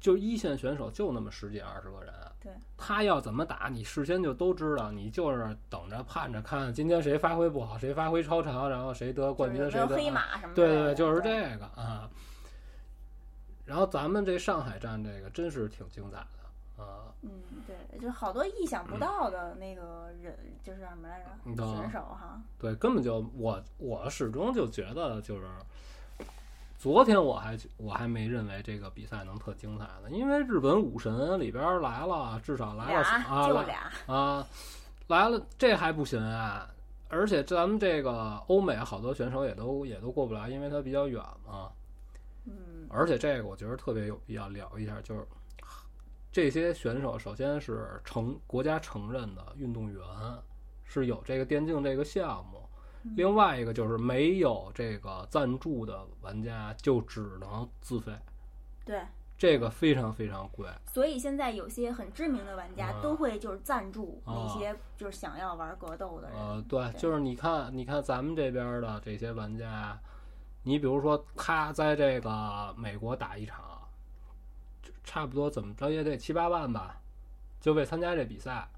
就一线选手就那么十几二十个人，啊
对，
他要怎么打，你事先就都知道，你就是等着盼着看今天谁发挥不好，谁发挥超常，然后谁得冠军，
就是
谁
有
得
没有黑
啊
马什么的。
对对对，就是
对。
这个啊。然后咱们这上海站这个真是挺精彩的啊，
嗯，对，就好多意想不到的那个人，就是叫什么来着？
嗯你懂啊
选手哈，
对，根本就我我始终就觉得就是，昨天我还我还没认为这个比赛能特精彩呢，因为日本武神里边来了，至少来了
俩
啊
就
来
俩，
啊来了，这还不行啊！而且咱们这个欧美好多选手也都也都过不来，因为它比较远嘛。
嗯，
而且这个我觉得特别有必要聊一下，就是这些选手首先是承国家承认的运动员，是有这个电竞这个项目。
嗯
另外一个就是没有这个赞助的玩家就只能自费，
对，
这个非常非常贵。
所以现在有些很知名的玩家
啊
都会就是赞助
啊
那些就是想要玩格斗的人，
呃，对，就是你看，你看咱们这边的这些玩家，你比如说他在这个美国打一场，就差不多怎么着也得七八万吧，就为参加这比赛。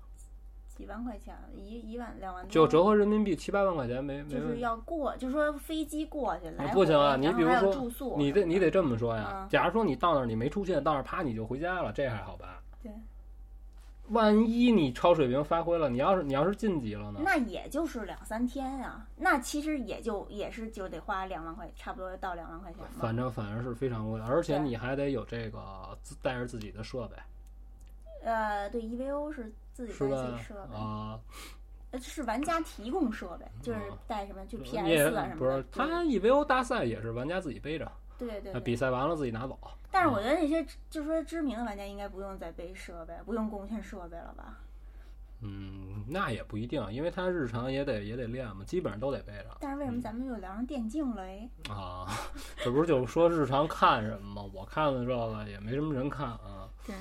几万块钱，一一万两万多，
就折合人民币七八万块钱没没
嗯就
问
是
题。
要过，就是说飞机过去来回，
不行啊，你
然后
比如
还有住
说
宿，
你得你得这么说呀
嗯。
假如说你到那儿你没出现，到那儿啪你就回家了，这还好办。
对，
万一你超水平发挥了，你要是你要是晋级了呢？
那也就是两三天啊，那其实也就也是就得花两万块，差不多到两万块钱吧。
反正反正是非常贵，而且
对
你还得有这个自带着自己的设备，
呃，对，EVO 是自己
是
带
吧
自己设？备，
啊，
呃，是玩家提供设备，就是
嗯
带什么就
你
PS
也
啊什么的。
不是，
对
他 EVO 大赛也是玩家自己背着，
对对
那
对
比嗯赛完了自己拿走。
但是我觉得那些就是说知名的玩家应该不用再背设备，不用贡献设备了吧？
嗯，那也不一定，因为他日常也得也得练嘛，基本上都得背着
但是为什么咱们又聊上电竞了？哎，
啊。 这不是就说日常看什么吗？我看的这个也没什么人看啊。
对，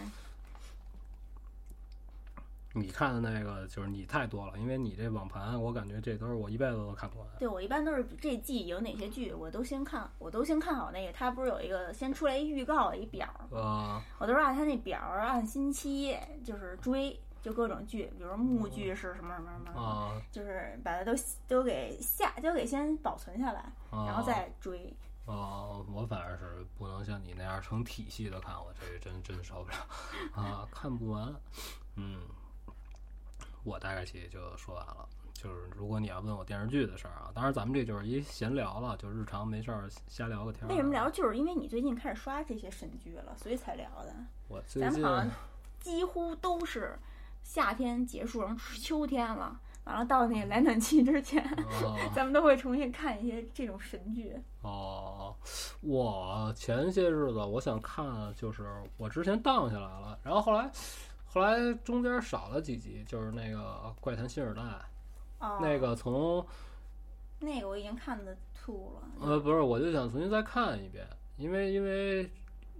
你看的那个就是你太多了，因为你这网盘，我感觉这都是我一辈子都看不完。
对我一般都是这季有哪些剧，我都先看，我都先看好那个。它不是有一个先出来一预告一表，
啊，
我都是按它那表儿按星期就是追，就各种剧，比如说木剧是什么什么什么，
啊
就是把它都都给下，都给先保存下来，
啊！
然后再追。
啊，我反正是不能像你那样成体系的看，我这真真受不了 啊，看不完。嗯，我大概其实就说完了。就是如果你要问我电视剧的事儿啊，当然咱们这就是一闲聊了，就日常没事儿瞎聊个天儿。啊
为什么聊？？就是因为你最近开始刷这些神剧了，所以才聊的。
我最
咱
近
们好像几乎都是夏天结束，然后秋天了，完了到那 来暖气之 前，
啊
咱们都会重新看一些这种神剧。
哦，我前些日子我想看，就是我之前荡下来了，然后后来后来中间少了几集，就是那个《怪谈新时代》
哦，
那个从
那个我已经看的吐了。
呃不是，我就想重新再看一遍，因为因为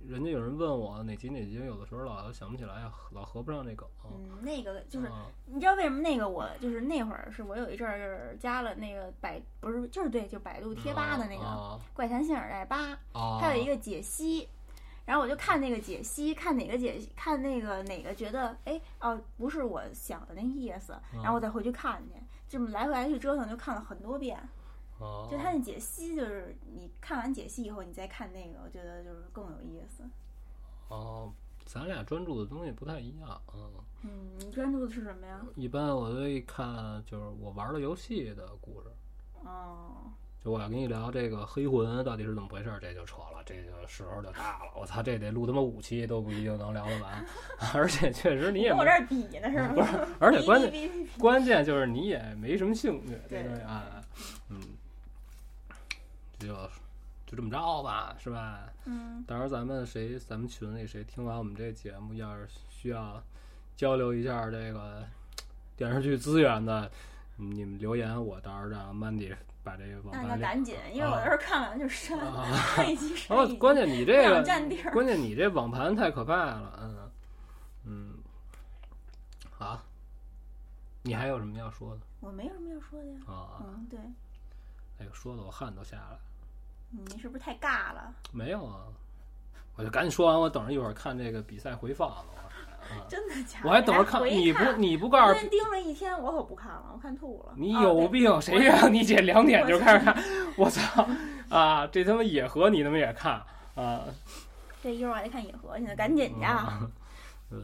人家有人问我哪集哪集，有的时候老想不起来，哎老合不上这梗。
嗯，那个就是、
啊
你知道为什么那个我就是那会儿是我有一阵儿就是加了那个百不是就是对就百度贴吧的那个《
啊
怪谈新耳代八》，
啊，
它有一个解析，然后我就看那个解析，看哪个解析，看那个哪个觉得哎哦不是我想的那意思，
啊嗯
然后我再回去看去，这么来回来去折腾就看了很多遍。
啊
就它那解析，就是你看完解析以后，你再看那个，我觉得就是更有意思。
哦，咱俩专注的东西不太一样，嗯。
嗯，你专注的是什么呀？
一般我都会看就是我玩的游戏的故事，
哦，
就我要跟你聊这个黑魂到底是怎么回事儿，这就扯了，这就时候就大了。我操，这得录他妈五期都不一定能聊得 完，而且确实你也
跟我
没嗯
这，儿比呢是吗？
而且
哔
关
哔
键
哔哔哔
关键就是你也没什么兴趣，
对
这东西啊，嗯，就就这么着吧，是吧？
嗯，
到时候咱们谁，咱们群里谁听完我们这节目，要是需要交流一下这个电视剧资源的，嗯你们留言，我到时候让 Mandy 把这个网
那
盘
那
连。
嗯赶紧，因为我
啊
这儿看完就删，
啊，
看一集
然
删
后
一集。
关键你这
不
个
想占地儿，
关键你这网盘太可怕了，嗯嗯，好，你还有什么要说的
我没有什么要说的呀。
啊？
嗯，对，
哎呦，说的我汗都下来了。
你是不是太尬了？
没有啊，我就赶紧说完，我等着一会儿看这个比赛回放了。我啊
真的假的？
我还等着
你
看，
回
你不
看
你不
我
告
昨
诉
天盯了一天，我可不看了，我看吐了。
你
哦
有
对
病，谁让你姐两点就开始 看？我操啊！这他妈野合你他妈也看啊？
对，一会儿我还得看野河去呢，赶紧去啊！
呃，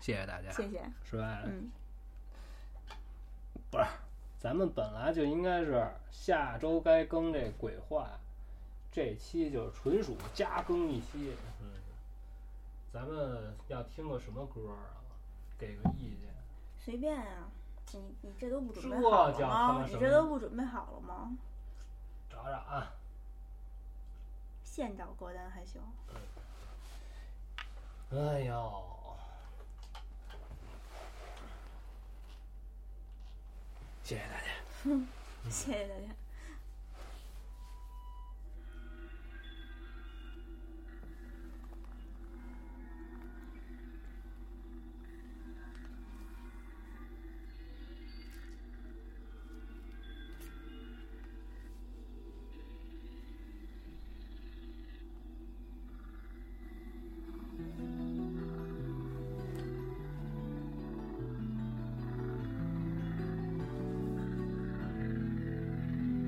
谢谢大家，
谢谢。
是吧？
嗯，
咱们本来就应该是下周该更这鬼话，这期就纯属加更一期。嗯，咱们要听个什么歌啊？给个意见。
随便啊。你你这都不准备
这
好
叫他
了
妈
吗？你
什
这
么
都不准备好了吗？
找找啊，
现找歌单还行。
哎呦，谢谢大家。嗯
谢谢大家。
「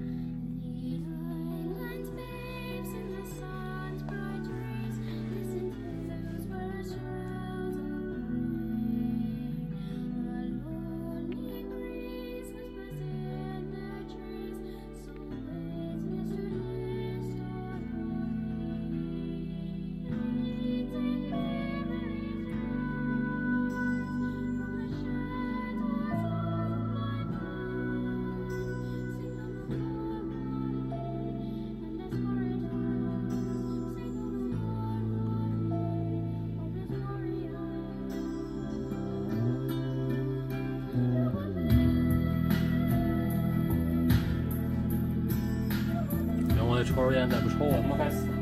间再不抽，我他妈该死了。